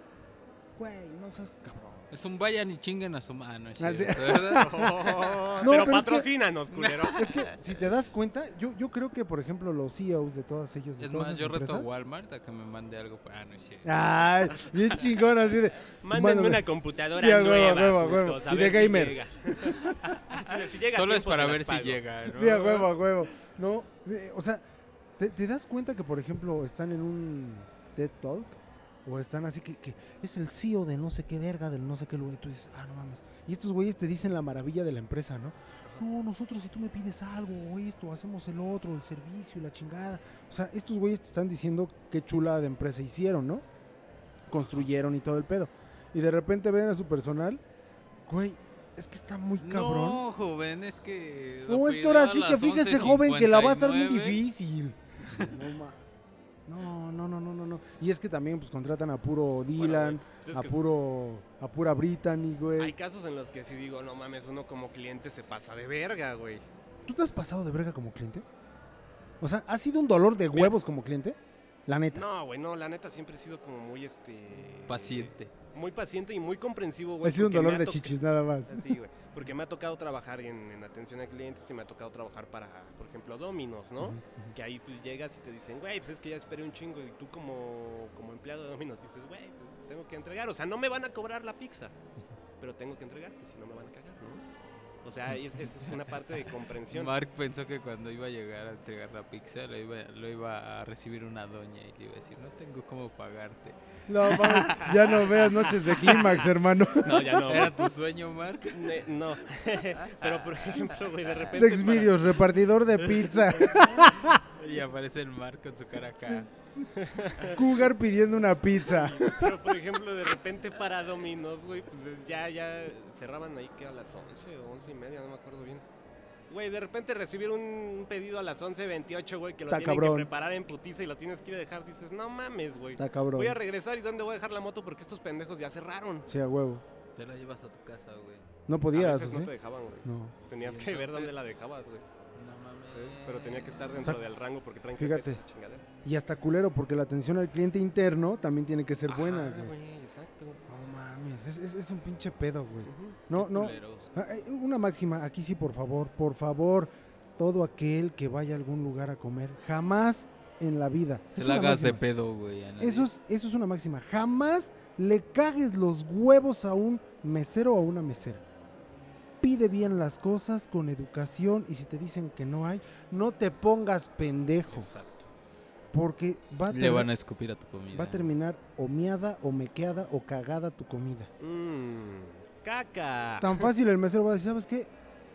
Speaker 5: güey, no seas cabrón.
Speaker 3: [LAUGHS] Es un vayan y chingan a su mano,
Speaker 5: Ah, sí. [LAUGHS]
Speaker 3: ¿verdad?
Speaker 4: Oh, pero,
Speaker 5: No, pero es que-
Speaker 4: patrocínanos, culero.
Speaker 5: Es
Speaker 3: [LAUGHS]
Speaker 5: que si te das cuenta, yo, yo creo que, por ejemplo, los CEOs de todas ellas. De
Speaker 3: Es
Speaker 5: todas
Speaker 3: más,
Speaker 5: esas
Speaker 3: yo reto a
Speaker 5: empresas-
Speaker 3: Walmart a que me mande algo para... Ah, no es cierto.
Speaker 5: Ay, bien chingón, así de.
Speaker 4: Mándenme
Speaker 5: Mándame.
Speaker 4: una computadora
Speaker 5: Sí, a huevo,
Speaker 4: nueva.
Speaker 5: a huevo, a huevo.
Speaker 4: putos, a
Speaker 5: Y de
Speaker 4: ver si
Speaker 5: gamer. [LAUGHS]
Speaker 4: llega. [LAUGHS] Si- si llega a
Speaker 3: Solo es
Speaker 4: tiempo,
Speaker 3: para
Speaker 4: se
Speaker 3: ver
Speaker 4: las
Speaker 3: si
Speaker 4: pago.
Speaker 3: llega, ¿no?
Speaker 5: Sí, a huevo, a huevo. No, eh, o sea, te, te das cuenta que, por ejemplo, están en un TED Talk o están así que, que es el CEO de no sé qué verga, del no sé qué lugar. Y tú dices, ah, no mames. Y estos güeyes te dicen la maravilla de la empresa, ¿no? No, nosotros si tú me pides algo o esto, hacemos el otro, el servicio y la chingada. O sea, estos güeyes te están diciendo qué chulada de empresa hicieron, ¿no? Construyeron y todo el pedo. Y de repente ven a su personal, güey, es que está muy cabrón.
Speaker 3: No, joven, es que...
Speaker 5: No, es que
Speaker 3: pidió
Speaker 5: ahora
Speaker 3: a
Speaker 5: sí que
Speaker 3: las
Speaker 5: fíjese, joven, que la va a estar bien
Speaker 3: 11:59.
Speaker 5: difícil. No, ma- no, no, no, no, no, no. Y es que también pues contratan a puro
Speaker 4: Bueno,
Speaker 5: Dylan,
Speaker 4: güey, pues es
Speaker 5: a
Speaker 4: que
Speaker 5: puro, a pura Brittany, güey.
Speaker 4: Hay casos en los que sí digo, no mames, uno como cliente se pasa de verga, güey.
Speaker 5: ¿Tú te has pasado de verga como cliente? O sea, ¿has sido un dolor de huevos como cliente? La neta.
Speaker 4: No, güey, no, la neta siempre he sido como muy, este...
Speaker 3: Paciente.
Speaker 4: Muy paciente y muy comprensivo, güey.
Speaker 5: ha sido un
Speaker 4: porque me
Speaker 5: dolor
Speaker 4: ha
Speaker 5: de
Speaker 4: toca-
Speaker 5: chichis nada más.
Speaker 4: Así, güey. Porque me ha tocado trabajar en, en atención a clientes y me ha tocado trabajar para, por ejemplo, Dominos, ¿no?
Speaker 5: Ujú,
Speaker 4: Que ahí tú llegas y te dicen, güey, pues es que ya esperé un chingo. Y tú como, como empleado de Dominos dices, güey, pues tengo que entregar. O sea, no me van a cobrar la pizza, pero tengo que entregar, que si no me van a cagar, ¿no? O sea, ahí es- esa es una parte de comprensión.
Speaker 3: Mark pensó que cuando iba a llegar a entregar la pizza lo iba, lo iba a recibir una doña y le iba a decir, no tengo cómo pagarte.
Speaker 5: No, vamos, ya no veas noches
Speaker 4: [LAUGHS]
Speaker 5: de clímax, hermano.
Speaker 4: [LAUGHS] No, ya no.
Speaker 3: ¿Era tu sueño, Mark?
Speaker 4: güey. Ne- No. [LAUGHS] pero, por ejemplo, güey, de repente...
Speaker 5: Sex
Speaker 4: para-
Speaker 5: videos, repartidor de
Speaker 4: [LAUGHS]
Speaker 5: pizza.
Speaker 3: Y aparece el Mark con su cara acá.
Speaker 5: Cougar pidiendo una pizza.
Speaker 4: Pero por ejemplo, de repente para Dominos, güey, pues ya, ya cerraban ahí que a las 11 o 11 y media, no me acuerdo bien. Güey, de repente recibir un pedido a las 11.28, güey, que lo
Speaker 5: Está
Speaker 4: tienen
Speaker 5: cabrón.
Speaker 4: que preparar en putiza y lo tienes que ir a dejar, dices, no mames, güey.
Speaker 5: Está cabrón.
Speaker 4: Voy a regresar y ¿dónde voy a dejar la moto? Porque estos pendejos ya cerraron.
Speaker 5: Sí, a huevo.
Speaker 3: Te la llevas a tu casa, güey.
Speaker 5: No
Speaker 4: A
Speaker 5: podías,
Speaker 4: veces no
Speaker 5: ¿sí?
Speaker 4: te dejaban, güey.
Speaker 5: No.
Speaker 4: Tenías
Speaker 3: Y
Speaker 4: que ver
Speaker 3: entonces-
Speaker 4: dónde la dejabas, güey.
Speaker 3: No mames.
Speaker 4: Sí, pero tenía que estar
Speaker 5: sea,
Speaker 4: dentro del rango porque traen
Speaker 5: fíjate.
Speaker 4: GPS esa chingadera.
Speaker 5: Y hasta culero, porque la atención al cliente interno también tiene que ser buena,
Speaker 4: Ajá,
Speaker 5: güey.
Speaker 4: güey, exacto.
Speaker 5: No mames, es, es- es un pinche pedo, güey.
Speaker 4: Ujú.
Speaker 5: No, no.
Speaker 3: Culeros.
Speaker 5: Ah, eh, Una máxima, aquí sí, por favor, por favor, todo aquel que vaya a algún lugar a comer, jamás en la vida.
Speaker 3: Se
Speaker 5: Es
Speaker 3: la
Speaker 5: una
Speaker 3: hagas de
Speaker 5: máxima.
Speaker 3: pedo, güey. a nadie.
Speaker 5: Eso es, eso es una máxima. Jamás le cagues los huevos a un mesero o a una mesera. Pide bien las cosas con educación y si te dicen que no hay, no te pongas pendejo.
Speaker 4: Exacto.
Speaker 5: Porque va a,
Speaker 3: Le
Speaker 5: ter-
Speaker 3: van a escupir a tu comida.
Speaker 5: va a terminar o miada o mequeada o cagada tu comida.
Speaker 4: Mmm. Caca.
Speaker 5: Tan fácil el mesero va a decir, ¿sabes qué?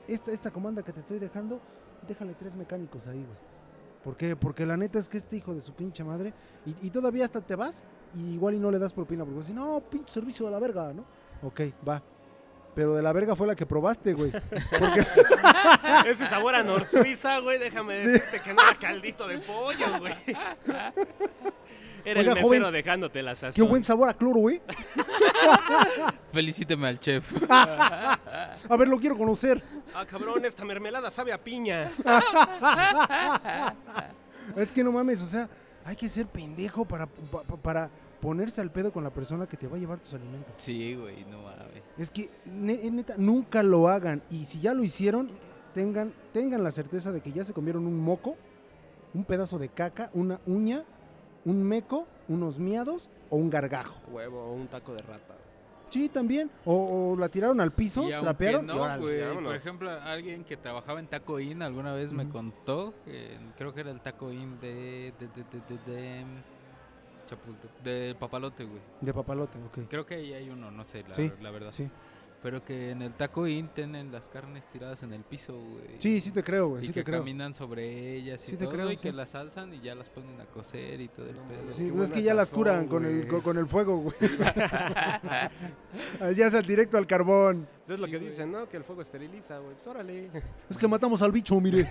Speaker 5: Esta, esta comanda que te estoy dejando, déjale tres mecánicos ahí, güey. ¿Por qué? Porque la neta es que este hijo de su pinche madre, y, y todavía hasta te vas, y igual y no le das propina, porque vas a decir, no, pinche servicio de la verga, ¿no? Ok, va. Pero de la verga fue la que probaste, [LAUGHS] güey. Porque
Speaker 4: [LAUGHS] Ese sabor a Nor Suiza, güey, déjame
Speaker 5: Sí.
Speaker 4: decirte que no era caldito de pollo, güey. Era
Speaker 5: Oiga,
Speaker 4: el mesero
Speaker 5: joven,
Speaker 4: dejándote la sazón.
Speaker 5: qué buen sabor a cloro, güey.
Speaker 3: Felicíteme al chef.
Speaker 5: A ver, lo quiero conocer.
Speaker 4: Ah, cabrón, esta mermelada sabe a piña.
Speaker 5: Es que no mames, o sea, hay que ser pendejo para, pa- pa- para ponerse al pedo con la persona que te va a llevar tus alimentos.
Speaker 3: Sí, güey, no mames.
Speaker 5: Es que, ne- neta, nunca lo hagan. Y si ya lo hicieron, tengan, tengan la certeza de que ya se comieron un moco, un pedazo de caca, una uña, un meco, unos miados o un gargajo.
Speaker 4: Huevo, un taco de rata.
Speaker 5: Sí, también. O, o la tiraron al piso,
Speaker 3: Y aunque
Speaker 5: trapearon. y
Speaker 3: No,
Speaker 5: órale.
Speaker 3: güey. Por
Speaker 4: vámonos.
Speaker 3: ejemplo, alguien que trabajaba en Taco In alguna vez me
Speaker 5: Ujú.
Speaker 3: contó, que creo que era el Taco In de. de. de. de. de. de, Chapultepec, de Papalote, güey.
Speaker 5: De papalote, ok.
Speaker 3: Creo que ahí hay uno, no sé, la,
Speaker 5: Sí,
Speaker 3: la verdad.
Speaker 5: Sí,
Speaker 3: Pero que en el Taco In tienen las carnes tiradas en el piso, güey.
Speaker 5: sí, sí te creo, güey.
Speaker 3: y
Speaker 5: Sí
Speaker 3: que
Speaker 5: te creo.
Speaker 3: caminan sobre ellas y
Speaker 5: Sí te
Speaker 3: todo,
Speaker 5: creo,
Speaker 3: y que
Speaker 5: sí.
Speaker 3: las alzan y ya las ponen a cocer y todo el
Speaker 4: No,
Speaker 3: pedo.
Speaker 4: mames,
Speaker 5: Sí,
Speaker 4: Qué
Speaker 5: pues es
Speaker 4: buena
Speaker 5: que ya las
Speaker 4: sazón,
Speaker 5: curan con el,
Speaker 4: güey.
Speaker 5: co- con el fuego, güey. [LAUGHS] ya es al directo al carbón.
Speaker 4: Entonces lo
Speaker 3: Sí,
Speaker 4: que
Speaker 3: güey.
Speaker 4: dicen, ¿no? Que el fuego esteriliza, güey. Pues órale.
Speaker 5: Es que matamos al bicho, mire.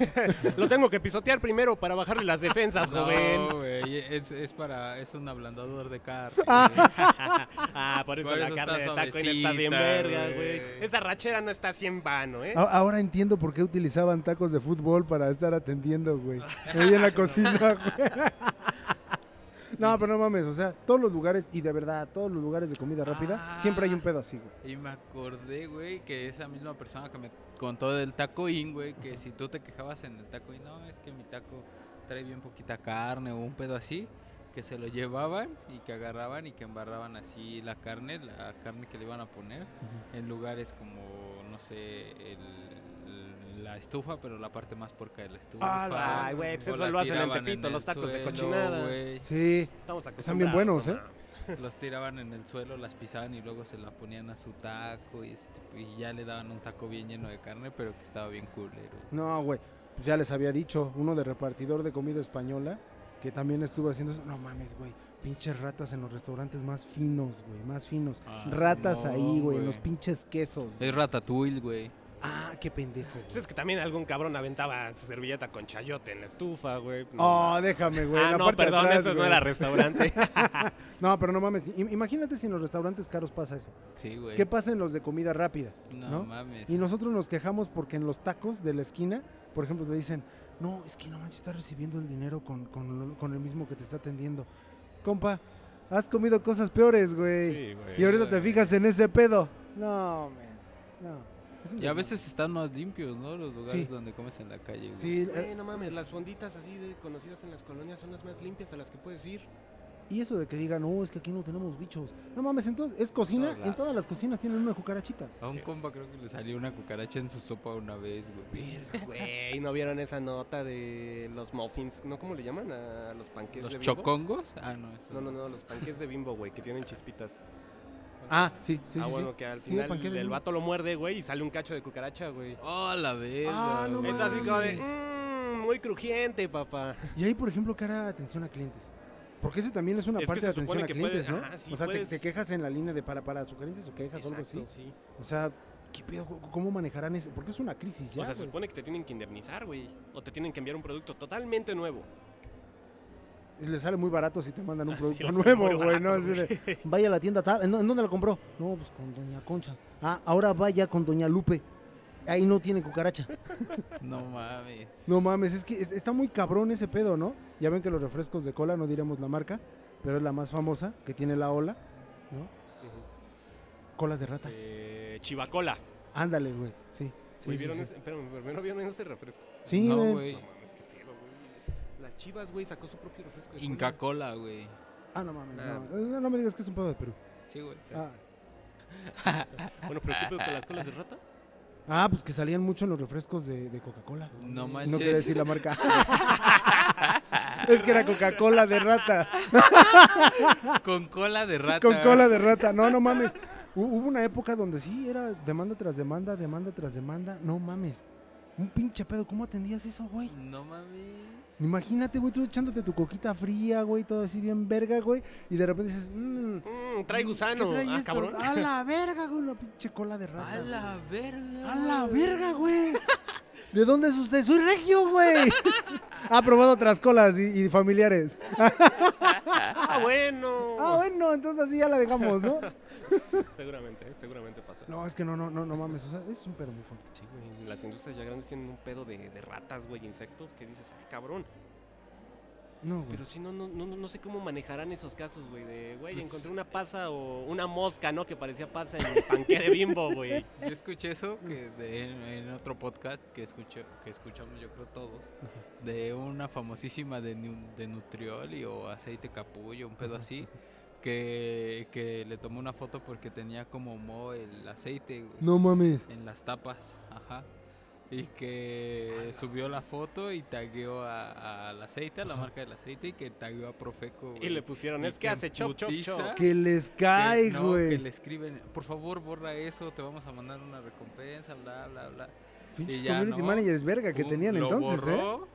Speaker 4: Lo tengo que pisotear primero para bajarle las defensas, joven.
Speaker 3: [LAUGHS] No, güey, es, es para, es un ablandador de
Speaker 5: [LAUGHS]
Speaker 3: carne.
Speaker 4: Ah, por eso
Speaker 3: Por
Speaker 4: la
Speaker 3: eso
Speaker 4: carne de
Speaker 3: está
Speaker 4: taco está bien
Speaker 3: suavecita,
Speaker 4: verga, güey.
Speaker 3: güey.
Speaker 4: Esa rachera no está así en vano, ¿eh?
Speaker 5: A- Ahora entiendo por qué utilizaban tacos de fútbol para estar atendiendo, güey. Ahí en la cocina, güey. No, pero no mames, o sea, todos los lugares, y de verdad, todos los lugares de comida
Speaker 4: Ah.
Speaker 5: rápida, siempre hay un pedo así, güey.
Speaker 3: Y me acordé, güey, que esa misma persona que me contó del taco in, güey, que si tú te quejabas en el taco in, no, es que mi taco trae bien poquita carne o un pedo así, que se lo llevaban y que agarraban y que embarraban así la carne, la carne que le iban a poner, en lugares como, no sé, el- la estufa, pero la parte más porca de la estufa.
Speaker 5: Ah,
Speaker 4: la- Ay, güey, pues
Speaker 3: o
Speaker 4: eso
Speaker 3: la
Speaker 4: lo hacen en
Speaker 3: tiraban
Speaker 4: Tepito,
Speaker 3: el
Speaker 4: los tacos de
Speaker 3: suelo,
Speaker 4: cochinada.
Speaker 3: güey.
Speaker 5: Sí,
Speaker 4: Estamos
Speaker 5: Están bien
Speaker 4: acostumbrados,
Speaker 5: buenos, ¿eh?
Speaker 4: no mames.
Speaker 3: Los tiraban en el suelo, las pisaban y luego se la ponían a su taco y, ese tipo- y ya le daban un taco bien lleno de carne, pero que estaba bien culero.
Speaker 5: no, güey. Pues ya les había dicho, uno de repartidor de comida española, que también estuvo haciendo eso. No mames, güey. Pinches ratas en los restaurantes más finos, güey, más finos.
Speaker 3: Ah,
Speaker 5: ratas
Speaker 3: Simón,
Speaker 5: ahí, güey, en
Speaker 3: güey.
Speaker 5: los pinches quesos. güey.
Speaker 3: Es ratatouille, güey.
Speaker 5: Ah, qué pendejo.
Speaker 4: Pues Eh. es que también algún cabrón aventaba su servilleta con chayote en la estufa, güey. No
Speaker 5: Oh,
Speaker 4: mames.
Speaker 5: déjame, güey.
Speaker 4: ah,
Speaker 5: la
Speaker 4: no,
Speaker 5: parte de
Speaker 4: perdón,
Speaker 5: atrás,
Speaker 4: eso no
Speaker 5: güey.
Speaker 4: era
Speaker 5: [LAUGHS]
Speaker 4: restaurante.
Speaker 5: No, pero no mames. im- Imagínate si en los restaurantes caros pasa eso.
Speaker 3: Sí, güey.
Speaker 5: ¿Qué pasa en los de comida rápida?
Speaker 3: No,
Speaker 5: ¿no?
Speaker 3: mames.
Speaker 5: Y nosotros nos quejamos porque en los tacos de la esquina, por ejemplo, te dicen, no, es que no manches, estás recibiendo el dinero con, con lo- con el mismo que te está atendiendo. Compa, has comido cosas peores, güey.
Speaker 4: Sí, güey.
Speaker 5: y ahorita te
Speaker 3: güey.
Speaker 5: fijas en ese pedo. No, man. No. Es un
Speaker 3: Y a
Speaker 5: desmadre.
Speaker 3: veces están más limpios, ¿no? Los lugares
Speaker 5: Sí.
Speaker 3: donde comes en la calle. güey.
Speaker 5: Sí, eh,
Speaker 4: Güey, no mames, las fonditas así de conocidas en las colonias son las más limpias a las que puedes ir.
Speaker 5: y eso de que digan, no, es que aquí no tenemos bichos. No mames, entonces, es cocina.
Speaker 4: Todos
Speaker 5: en todas
Speaker 4: lados.
Speaker 5: las cocinas tienen una cucarachita.
Speaker 3: A un compa creo que le salió una cucaracha en su sopa una vez, güey.
Speaker 4: Güey, ¿no vieron esa nota de los muffins? ¿No? ¿Cómo le llaman a los panques de
Speaker 3: ¿Los
Speaker 4: bimbo?
Speaker 3: chocongos? Ah, no, eso.
Speaker 4: No, no, no, los panques de bimbo, güey, que tienen chispitas.
Speaker 5: Ah, sí, sí,
Speaker 4: ah,
Speaker 5: sí, sí.
Speaker 4: bueno, que al
Speaker 5: Sí,
Speaker 4: final
Speaker 5: panque de
Speaker 4: el
Speaker 5: bimbo.
Speaker 4: vato lo muerde, güey, y sale un cacho de cucaracha, güey.
Speaker 3: Oh, la verga.
Speaker 5: Ah, no
Speaker 3: güey.
Speaker 4: Está así como de,
Speaker 5: mames.
Speaker 4: "Mm, muy crujiente, papá.
Speaker 5: Y ahí, por ejemplo, que era atención a clientes. Porque ese también es una
Speaker 4: Es que
Speaker 5: parte
Speaker 4: se
Speaker 5: de atención
Speaker 4: supone
Speaker 5: a
Speaker 4: que
Speaker 5: clientes,
Speaker 4: puedes-
Speaker 5: ¿no?
Speaker 4: ajá, sí,
Speaker 5: o sea, te-
Speaker 4: puedes-
Speaker 5: te, quejas en la línea de para, para sugerencias o quejas o algo así.
Speaker 4: Exacto, sí.
Speaker 5: O sea, ¿qué pedo? ¿Cómo- ¿Cómo manejarán eso? Porque es una crisis ya.
Speaker 4: o sea, se
Speaker 5: güey.
Speaker 4: supone que te tienen que indemnizar, güey. O te tienen que enviar un producto totalmente nuevo.
Speaker 5: Le sale muy barato si te mandan un
Speaker 4: Así
Speaker 5: producto
Speaker 4: le fue
Speaker 5: nuevo,
Speaker 4: Ah, muy
Speaker 5: güey. ¿no?
Speaker 4: barato,
Speaker 5: Así de, vaya a la tienda tal. ¿En dó- en dónde la compró? No, pues con Doña Concha. Ah, ahora vaya con Doña Lupe. Ahí no
Speaker 4: [LAUGHS]
Speaker 5: tiene cucaracha.
Speaker 3: No mames.
Speaker 5: No mames, es que es- está muy cabrón ese pedo, ¿no? Ya ven que los refrescos de cola, no diremos la marca, pero es la más famosa, que tiene la ola, ¿no?
Speaker 4: Ujú.
Speaker 5: Colas de rata.
Speaker 4: Eh, chivacola.
Speaker 5: Ándale, güey. Sí. Sí,
Speaker 4: Güey,
Speaker 5: sí,
Speaker 4: ¿vieron
Speaker 5: sí.
Speaker 4: ese? Espérame, primero vieron ese refresco.
Speaker 5: Sí,
Speaker 3: no,
Speaker 5: güey.
Speaker 3: güey.
Speaker 4: No mames, qué pedo, güey. Las chivas, güey, sacó su propio refresco. de cola.
Speaker 3: Inca Cola, güey.
Speaker 5: Ah, no mames.
Speaker 4: Ah.
Speaker 5: No. No, no me digas que es un pedo de Perú.
Speaker 3: Sí, güey.
Speaker 5: Ah.
Speaker 4: Bueno, pero ¿qué pedo con las colas de
Speaker 5: [LAUGHS]
Speaker 4: rata?
Speaker 5: Ah, pues que salían mucho en los refrescos de, de Coca-Cola.
Speaker 3: No
Speaker 5: No quería
Speaker 3: manches.
Speaker 5: decir
Speaker 3: [LAUGHS]
Speaker 5: la marca. es que era Coca-Cola de rata.
Speaker 3: Con cola de rata.
Speaker 5: Con cola de rata. No, no mames. Hu- Hubo una época donde sí era demanda tras demanda, demanda tras demanda. No mames. Un pinche pedo. ¿Cómo atendías eso, güey?
Speaker 3: No mames.
Speaker 5: Imagínate, güey, tú echándote tu coquita fría, güey, todo así bien verga, güey. Y de repente dices, mmm,
Speaker 4: Mmm, trae
Speaker 5: Mm,
Speaker 4: gusano.
Speaker 5: ¿Qué trae
Speaker 4: ah,
Speaker 5: esto?
Speaker 4: cabrón.
Speaker 5: A la verga, güey, una pinche cola de rata.
Speaker 3: A la
Speaker 5: güey.
Speaker 3: verga.
Speaker 5: A la verga, güey. ¿De dónde es usted? Soy regio, güey. ha probado otras colas y, y familiares.
Speaker 4: Ah, bueno.
Speaker 5: Ah, bueno, entonces así ya la dejamos, ¿no?
Speaker 4: Seguramente, eh, seguramente pasó.
Speaker 5: [LAUGHS] No, es que no, no, no, no mames. O sea, es un pedo muy fuerte.
Speaker 4: Sí, güey, Las industrias ya grandes tienen un pedo de, de ratas, güey, insectos, que dices, ah, cabrón.
Speaker 5: Mm. No, güey.
Speaker 4: Pero si no, no, no, no sé cómo manejarán esos casos, güey, de, güey,
Speaker 3: Pues-
Speaker 4: encontré una pasa o una mosca, ¿no? Que parecía pasa en el panque de bimbo,
Speaker 5: [LAUGHS]
Speaker 4: güey.
Speaker 3: Yo escuché eso que de- en, en otro podcast que escuché, que escuchamos yo creo todos, de una famosísima de, nu- de Nutrioli o aceite capullo, un pedo así, que, que le tomó una foto porque tenía como mo el aceite güey,
Speaker 5: No mames.
Speaker 3: en las tapas, ajá. Y que subió la foto y tagueó a- al aceite, a la marca del aceite, y que tagueó a Profeco.
Speaker 4: Y
Speaker 3: güey.
Speaker 4: le pusieron,
Speaker 3: Y
Speaker 4: es que hace chop, chop,
Speaker 3: putiza,
Speaker 4: [LAUGHS] chop.
Speaker 5: Que les
Speaker 3: que-
Speaker 5: cae,
Speaker 3: no, que
Speaker 5: güey.
Speaker 3: le escriben, por favor borra eso, te vamos a mandar una recompensa, bla, bla, bla.
Speaker 5: Pinches
Speaker 3: y ya,
Speaker 5: community
Speaker 3: ¿no?
Speaker 5: managers verga que
Speaker 3: Pum,
Speaker 5: tenían
Speaker 3: lo
Speaker 5: entonces, ¿eh?
Speaker 3: borró,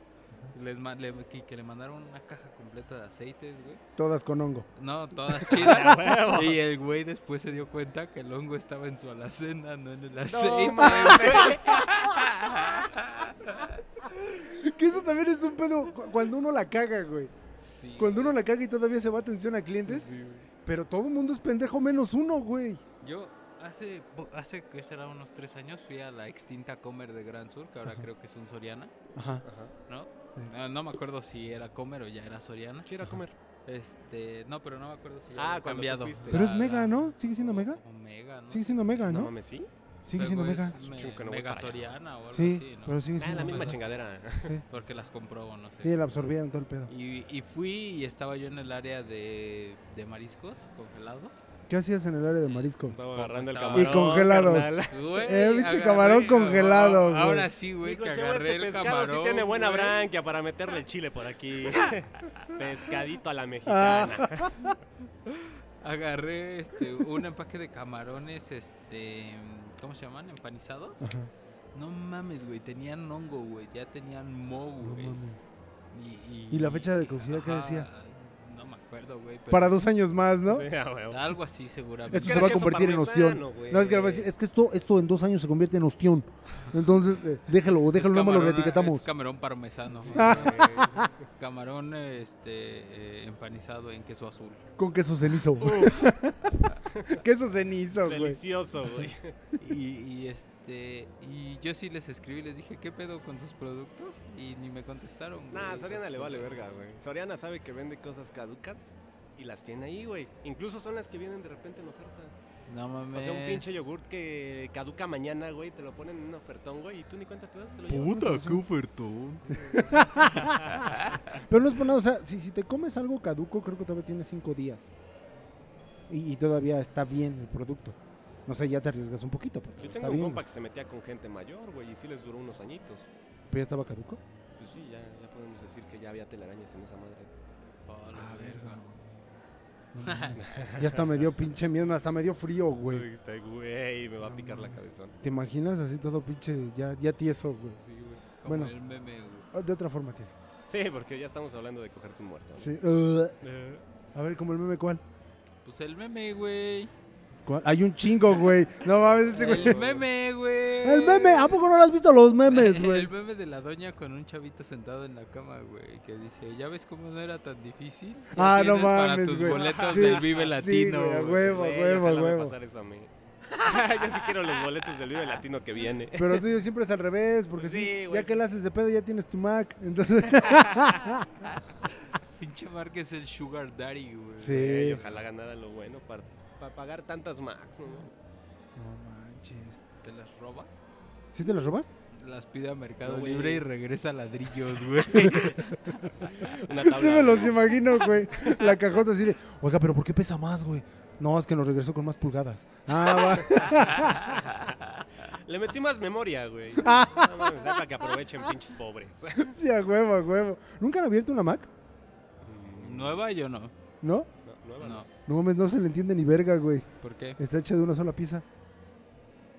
Speaker 3: Les ma- le- que, que le mandaron una caja completa de aceites, güey.
Speaker 5: Todas con hongo.
Speaker 3: No, todas
Speaker 5: [LAUGHS]
Speaker 3: chidas. y el güey después se dio cuenta que el hongo estaba en su alacena, no en [LAUGHS] el aceite.
Speaker 4: [LAUGHS]
Speaker 5: Que eso también es un pedo cu- cuando uno la caga, güey.
Speaker 3: Sí,
Speaker 5: Cuando uno
Speaker 3: güey.
Speaker 5: la caga y todavía se va a atención a clientes,
Speaker 3: Sí, güey.
Speaker 5: pero todo el mundo es pendejo menos uno, güey.
Speaker 3: Yo hace, po- hace que será unos tres años fui a la extinta Comer de Gran Sur, que ahora creo que es un Soriana,
Speaker 5: Ajá.
Speaker 3: ¿no? Ah, No, no me acuerdo si era Comer o ya era Soriana.
Speaker 4: Quiero comer.
Speaker 3: Este, no, pero no me acuerdo si ya
Speaker 4: Ah,
Speaker 3: había
Speaker 4: cuando tú
Speaker 3: cambiado.
Speaker 4: fuiste. Ah,
Speaker 5: Pero es
Speaker 3: la-
Speaker 5: Mega,
Speaker 3: la-
Speaker 5: ¿no? ¿Sigue siendo Mega?
Speaker 3: o- o Mega, ¿no?
Speaker 5: Sigue siendo Mega,
Speaker 4: No
Speaker 5: Ah, ¿no?
Speaker 4: mames, ¿sí?
Speaker 5: Sigue siendo
Speaker 3: Luego
Speaker 5: Mega.
Speaker 3: es
Speaker 4: Es un
Speaker 3: me-
Speaker 4: chingo que no voy
Speaker 3: mega
Speaker 4: para allá.
Speaker 3: Soriana o algo así,
Speaker 5: Sí,
Speaker 3: ¿no?
Speaker 5: pero sigue
Speaker 4: Ah,
Speaker 5: siendo
Speaker 4: la misma
Speaker 5: Mega.
Speaker 4: chingadera.
Speaker 5: Sí.
Speaker 3: Porque las compró, no sé.
Speaker 5: Sí, la absorbieron todo el pedo.
Speaker 3: Y, y fui y estaba yo en el área de, de mariscos congelados.
Speaker 5: ¿Qué hacías en el área de mariscos?
Speaker 3: Estaba
Speaker 4: Agarrando el
Speaker 3: estaba-
Speaker 4: camarón.
Speaker 5: Y congelados.
Speaker 4: carnal.
Speaker 3: Güey,
Speaker 5: Eh, pinche
Speaker 3: agarré-
Speaker 5: camarón
Speaker 3: ah,
Speaker 5: congelado, güey.
Speaker 3: Ahora sí, güey,
Speaker 4: Digo,
Speaker 3: que
Speaker 4: "Chavo,
Speaker 3: agarré
Speaker 4: este
Speaker 3: el
Speaker 4: pescado
Speaker 3: camarón.
Speaker 4: sí tiene buena
Speaker 3: güey.
Speaker 4: branquia para meterle el chile por
Speaker 5: [LAUGHS]
Speaker 4: aquí. Pescadito a
Speaker 5: Ah,
Speaker 4: la mexicana.
Speaker 3: Agarré este, un empaque de camarones, este, ¿cómo se llaman? Empanizados.
Speaker 5: Ajá.
Speaker 3: No mames, güey, tenían hongo, güey, ya tenían mo,
Speaker 5: No
Speaker 3: güey.
Speaker 5: mames.
Speaker 3: Y,
Speaker 5: ¿Y la fecha de caducidad qué
Speaker 3: ajá,
Speaker 5: decía?
Speaker 3: No me acuerdo. acuerdo, güey. pero-
Speaker 5: Para dos años más, ¿no?
Speaker 4: Sí, ah, güey.
Speaker 3: Algo así, seguramente.
Speaker 5: Es que se va a convertir en ostión. No, es que le va a decir, es que esto, esto en dos años se convierte en ostión. Entonces, eh, déjelo, o déjalo,
Speaker 3: Es
Speaker 5: no me lo
Speaker 3: camarón,
Speaker 5: reetiquetamos.
Speaker 3: Es camarón parmesano.
Speaker 5: [LAUGHS]
Speaker 3: camarón este, eh, empanizado en queso azul.
Speaker 5: Con queso cenizo. [LAUGHS] queso cenizo, güey.
Speaker 4: Delicioso,
Speaker 5: [LAUGHS]
Speaker 4: güey.
Speaker 3: Y, y, este y yo sí les escribí, les dije, ¿qué pedo con sus productos? Y ni me contestaron.
Speaker 4: Nah,
Speaker 3: güey,
Speaker 4: Soriana
Speaker 3: las
Speaker 4: le vale
Speaker 3: cosas.
Speaker 4: verga, güey. Soriana sabe que vende cosas caducas y las tiene ahí, güey. Incluso son las que vienen de repente en oferta.
Speaker 3: No mames.
Speaker 4: O sea, un pinche yogurt que caduca mañana, güey, te lo ponen en un ofertón, güey, y tú ni cuenta te das, te lo llevas.
Speaker 1: qué ofertón.
Speaker 5: Pero no es por nada, o sea, si, si te comes algo caduco, creo que todavía tienes cinco días. Y, y todavía está bien el producto. No sé, ya te arriesgas un poquito, pero
Speaker 4: Yo
Speaker 5: todavía
Speaker 4: tengo
Speaker 5: está
Speaker 4: un
Speaker 5: bien.
Speaker 4: compa que se metía con gente mayor, güey, y sí les duró unos añitos.
Speaker 5: güey. Pero ya estaba caduco.
Speaker 4: Pues sí, ya, ya podemos decir que ya había telarañas en esa madre.
Speaker 3: Oh, la verga.
Speaker 5: No mames. ya hasta me dio pinche miedo, hasta me dio frío, güey.
Speaker 4: Dijiste, güey, me va a picar la cabezona.
Speaker 5: ¿Te imaginas así todo pinche, ya, ya tieso, güey?
Speaker 4: Sí, güey.
Speaker 3: Como
Speaker 5: Bueno.
Speaker 3: el meme, güey.
Speaker 5: Ah, De otra forma tieso.
Speaker 4: Sí, porque ya estamos hablando de coger tu muerta. güey.
Speaker 5: Sí. Ugh. a ver, como el meme, ¿cuál?
Speaker 3: Pues el meme, güey.
Speaker 5: ¿Cuál? Hay un chingo, güey. No mames, este güey.
Speaker 3: El meme, güey.
Speaker 5: El meme,
Speaker 3: [LAUGHS]
Speaker 5: ¿a poco no lo has visto los memes, güey?
Speaker 3: El meme de la doña con un chavito sentado en la cama, güey, que dice, ¿ya ves cómo no era tan difícil? Ya
Speaker 5: Ah, no
Speaker 3: tienes para
Speaker 5: mames,
Speaker 3: tus
Speaker 5: güey.
Speaker 3: boletos
Speaker 5: Sí,
Speaker 3: del Vive
Speaker 5: Sí,
Speaker 3: Latino.
Speaker 5: güey, a
Speaker 3: güey".
Speaker 5: huevo, a
Speaker 4: Güey,
Speaker 5: huevo, a
Speaker 4: ojalá me
Speaker 5: huevo.
Speaker 4: pasara eso a mí. [LAUGHS] Yo sí quiero los boletos del Vive Latino que viene.
Speaker 5: Pero el tuyo siempre es al revés, porque
Speaker 4: Sí,
Speaker 5: sí,
Speaker 4: güey.
Speaker 5: ya que le haces de pedo ya tienes tu Mac. Entonces,
Speaker 3: Pinche Mark es el Sugar Daddy, güey.
Speaker 5: sí.
Speaker 4: Güey, ojalá ganara lo bueno para pagar tantas Macs, ¿no?
Speaker 5: No manches.
Speaker 3: Te las roba,
Speaker 5: ¿Sí te las robas?
Speaker 3: las pide a Mercado
Speaker 4: No, güey.
Speaker 3: Libre y regresa ladrillos,
Speaker 5: [LAUGHS]
Speaker 3: güey.
Speaker 4: Una
Speaker 5: Sí me los imagino, güey. La cajota así de, oiga, pero ¿por qué pesa más, güey? No, es que nos regresó con más pulgadas. Ah, va. [LAUGHS]
Speaker 4: Le metí más memoria,
Speaker 5: [LAUGHS]
Speaker 4: güey. No mames, es para que aprovechen pinches pobres.
Speaker 5: Sí, a huevo, a huevo. ¿Nunca han abierto una Mac?
Speaker 3: ¿Nueva yo Mm, no?
Speaker 5: ¿No?
Speaker 4: No, nueva
Speaker 3: No.
Speaker 4: no.
Speaker 5: No mames, no se le entiende ni verga, güey.
Speaker 3: ¿Por qué?
Speaker 5: Está hecha de una sola pieza.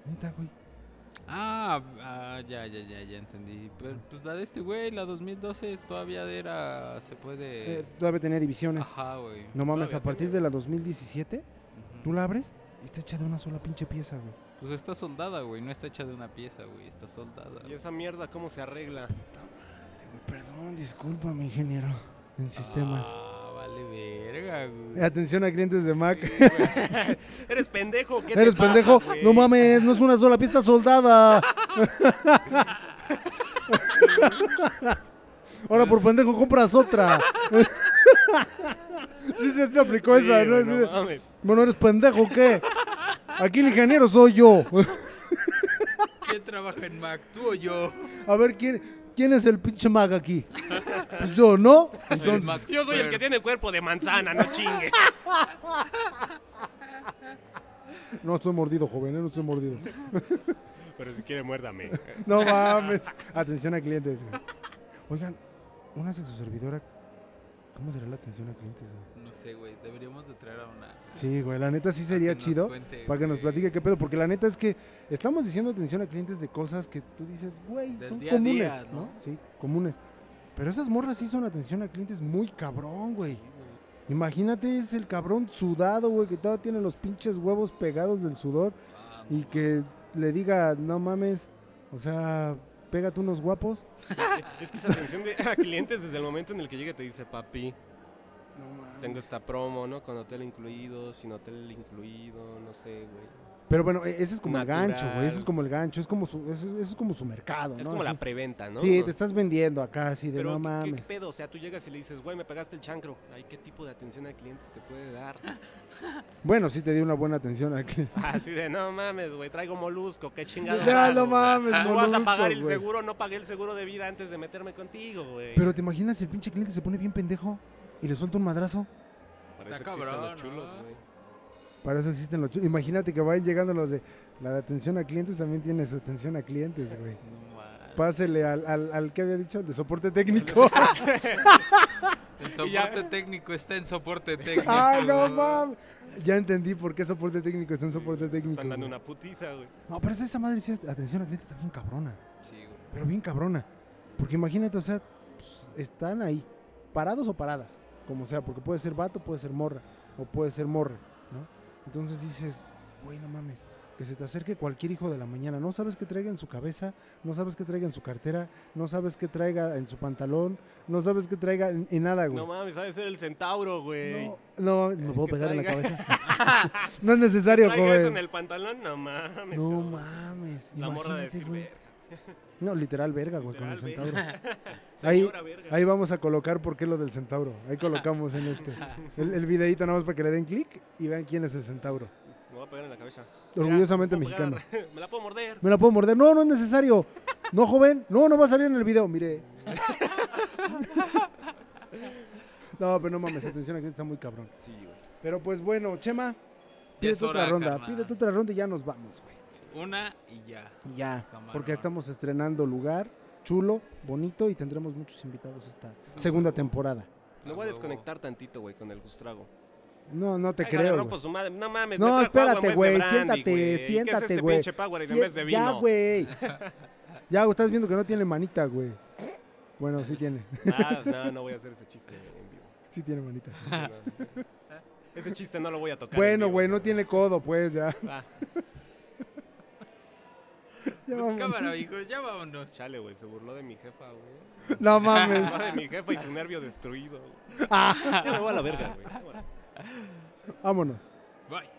Speaker 5: Neta, güey.
Speaker 3: Ah, ah, ya, ya, ya, ya entendí. Pero, pues la de este güey, la 2012, todavía era, se puede...
Speaker 5: Eh, todavía tenía divisiones.
Speaker 3: Ajá, güey.
Speaker 5: No mames,
Speaker 4: Todavía
Speaker 5: a partir de la 2017,
Speaker 3: Ujú.
Speaker 5: tú la abres y está hecha de una sola pinche pieza, güey.
Speaker 3: Pues está soldada, güey. No está hecha de una pieza, güey. Está soldada.
Speaker 4: ¿Y esa mierda cómo se
Speaker 5: [LAUGHS]
Speaker 4: arregla?
Speaker 5: Perdón, disculpa, mi ingeniero en sistemas.
Speaker 3: Ah, vale verga, güey.
Speaker 5: Atención a clientes de Mac.
Speaker 4: Sí, güey. Eres pendejo, ¿qué te
Speaker 5: Eres
Speaker 4: pasa,
Speaker 5: pendejo.
Speaker 4: güey?
Speaker 5: No mames, no es una sola pieza soldada. Ahora por pendejo compras otra. sí, sí, se aplicó
Speaker 4: Sí,
Speaker 5: esa, ¿no?
Speaker 4: güey,
Speaker 5: Así de,
Speaker 4: mames.
Speaker 5: Bueno, eres pendejo, o ¿qué? Aquí el ingeniero soy yo.
Speaker 3: ¿Quién trabaja en Mac? ¿Tú o yo?
Speaker 5: A ver, ¿quién, quién es el pinche Mac aquí? Pues yo, ¿no?
Speaker 3: El
Speaker 5: Entonces,
Speaker 3: Mac
Speaker 4: Yo soy el que
Speaker 3: expert.
Speaker 4: tiene cuerpo de manzana, no
Speaker 5: [LAUGHS]
Speaker 4: chingue.
Speaker 5: no estoy mordido, joven, ¿eh? no estoy mordido.
Speaker 4: Pero si quiere, muérdame. [LAUGHS]
Speaker 5: No mames. Atención a clientes, güey. Oigan, una sexoservidora, ¿cómo será la atención a clientes, güey?
Speaker 3: No sé, güey. Deberíamos de traer a una.
Speaker 5: Sí, güey, la neta sí
Speaker 3: para
Speaker 5: sería
Speaker 3: que nos
Speaker 5: chido
Speaker 3: cuente,
Speaker 5: para que nos
Speaker 3: güey,
Speaker 5: platique qué pedo, porque la neta es que estamos diciendo atención a clientes de cosas que tú dices, güey,
Speaker 3: Del
Speaker 5: son
Speaker 3: día a
Speaker 5: comunes,
Speaker 3: día,
Speaker 5: ¿no?
Speaker 3: ¿no?
Speaker 5: Sí, comunes. Pero esas morras sí son atención a clientes muy cabrón, güey. Imagínate, es el cabrón sudado, güey, que todavía tiene los pinches huevos pegados del sudor
Speaker 3: Ah, no
Speaker 5: y que le diga, no mames, o sea, pégate unos guapos.
Speaker 4: Es que esa atención de, a clientes desde el momento en el que llega te dice, papi,
Speaker 5: No mames.
Speaker 4: tengo esta promo, ¿no? Con hotel incluido, sin hotel incluido, no sé, güey.
Speaker 5: Pero bueno, e- ese es como el
Speaker 4: Natural.
Speaker 5: gancho, güey. Ese es como el gancho, es como su, ese, ese es como su mercado,
Speaker 4: Es
Speaker 5: ¿no?
Speaker 4: como
Speaker 5: Así.
Speaker 4: la preventa, ¿no?
Speaker 5: Sí, te estás vendiendo acá, así de
Speaker 4: Pero
Speaker 5: no
Speaker 4: ¿qué- ¿qué,
Speaker 5: mames.
Speaker 4: pedo? O sea, tú llegas y le dices, güey, me pegaste el chancro. Ay, ¿qué tipo de atención a clientes te puede
Speaker 5: [LAUGHS]
Speaker 4: dar?
Speaker 5: Bueno, sí te dio una buena atención al cliente.
Speaker 4: Así de, no mames, güey, traigo molusco, qué
Speaker 5: [LAUGHS]
Speaker 4: chingado.
Speaker 5: No, no mames,
Speaker 4: Tú vas a
Speaker 5: molusco,
Speaker 4: pagar el
Speaker 5: güey.
Speaker 4: seguro, no pagué el seguro de vida antes de meterme contigo, güey.
Speaker 5: Pero te imaginas si el pinche cliente se pone bien pendejo y le suelta un madrazo.
Speaker 3: Está
Speaker 4: Para eso existen
Speaker 3: cabrón,
Speaker 4: los chulos,
Speaker 3: ¿no?
Speaker 4: güey.
Speaker 5: Para eso existen los. chu- Imagínate que vayan llegando los de. La de atención a clientes también tiene su atención a clientes, güey.
Speaker 3: mames.
Speaker 5: Pásele al, al, al que había dicho, al de soporte técnico.
Speaker 4: [LAUGHS]
Speaker 3: El
Speaker 4: Y ya-
Speaker 3: soporte técnico está en
Speaker 4: [LAUGHS]
Speaker 3: soporte técnico.
Speaker 5: ¡Ay, no
Speaker 3: güey.
Speaker 5: mames! Ya entendí por qué soporte técnico está en soporte
Speaker 4: Te
Speaker 5: técnico.
Speaker 4: Están dando
Speaker 5: güey.
Speaker 4: una putiza, güey.
Speaker 5: No, pero esa- esa madre sí, es- atención a clientes está bien cabrona.
Speaker 3: Sí, güey.
Speaker 5: Pero bien cabrona. Porque imagínate, o sea, pues, están ahí, parados o paradas, como sea, porque puede ser vato, puede ser morra, o puede ser morra, ¿no? Entonces dices, güey, no mames, que se te acerque cualquier hijo de la mañana, no sabes qué traiga en su cabeza, no sabes qué traiga en su cartera, no sabes qué traiga en su pantalón, no sabes qué traiga en, en nada, güey.
Speaker 4: No mames, ha de ser el centauro, güey.
Speaker 5: No, no, mames, me
Speaker 4: Eh,
Speaker 5: puedo
Speaker 4: que
Speaker 5: pegar en la
Speaker 4: traiga-
Speaker 5: cabeza. [LAUGHS] no es necesario,
Speaker 4: Traiga eso
Speaker 5: joven.
Speaker 4: en el pantalón, no mames.
Speaker 5: No
Speaker 4: cabrón.
Speaker 5: mames,
Speaker 4: La morra de
Speaker 5: imagínate,
Speaker 4: decir,
Speaker 5: güey.
Speaker 4: "Verga,
Speaker 5: No, literal verga, güey, con el
Speaker 4: literal,
Speaker 5: centauro.
Speaker 4: verga".
Speaker 5: Ahí-
Speaker 4: Señora, verga.
Speaker 5: Ahí vamos a colocar por qué lo del centauro. Ahí colocamos en este. El, el videíto nada más para que le den clic y vean quién es el centauro.
Speaker 4: Me voy a pegar en la cabeza. Mira,
Speaker 5: Orgullosamente
Speaker 4: me puedo
Speaker 5: mexicano.
Speaker 4: pegar. [LAUGHS] Me la puedo morder.
Speaker 5: Me la puedo morder. No, no es necesario. No, joven. No, no va a salir en el
Speaker 3: [LAUGHS]
Speaker 5: video. Mire. No, pero no mames. Atención, aquí está muy cabrón.
Speaker 4: Sí, güey.
Speaker 5: Pero pues bueno, Chema.
Speaker 3: Ya
Speaker 5: Pide
Speaker 3: es
Speaker 5: otra
Speaker 3: hora,
Speaker 5: ronda.
Speaker 3: carnal.
Speaker 5: Pide otra ronda y ya nos vamos, güey.
Speaker 3: Una y ya.
Speaker 5: Y Ya.
Speaker 3: Cámara.
Speaker 5: Porque estamos estrenando lugar chulo, bonito y tendremos muchos invitados esta segunda temporada.
Speaker 3: Ah,
Speaker 4: Lo voy a
Speaker 3: huevo.
Speaker 4: desconectar tantito, güey, con el gustrago.
Speaker 5: No, no te
Speaker 4: Ay,
Speaker 5: creo.
Speaker 4: agarró
Speaker 5: güey.
Speaker 4: por su madre. No mames,
Speaker 5: No,
Speaker 4: me trajo agua en
Speaker 5: espérate,
Speaker 4: vez de
Speaker 5: güey,
Speaker 4: brandy,
Speaker 5: siéntate,
Speaker 4: güey. ¿Y qué es
Speaker 5: siéntate,
Speaker 4: este
Speaker 5: güey.
Speaker 4: pinche Powerade en
Speaker 5: Sí,
Speaker 4: vez de vino?
Speaker 5: Ya,
Speaker 4: [LAUGHS]
Speaker 5: güey. ya, güey, estás viendo que no tiene manita, güey. Bueno, sí tiene. [LAUGHS]
Speaker 4: Ah, no, no voy a hacer ese chiste en vivo.
Speaker 5: Sí tiene manita. [LAUGHS]
Speaker 4: No. Ese chiste no lo voy a tocar. en
Speaker 5: Bueno,
Speaker 4: vivo,
Speaker 5: güey, no
Speaker 4: cabrón.
Speaker 5: tiene codo, pues, ya.
Speaker 4: Va,
Speaker 5: [LAUGHS] Ya
Speaker 3: Pues
Speaker 5: vamos.
Speaker 3: cámara, hijos, ya vámonos.
Speaker 4: chale, güey, se burló de mi jefa, güey.
Speaker 5: No
Speaker 4: Se
Speaker 5: mames.
Speaker 4: burló de mi jefa y su nervio destruido. güey.
Speaker 5: Ah,
Speaker 4: Ya me voy a la verga, güey. Vámonos.
Speaker 5: vámonos.
Speaker 3: Bye.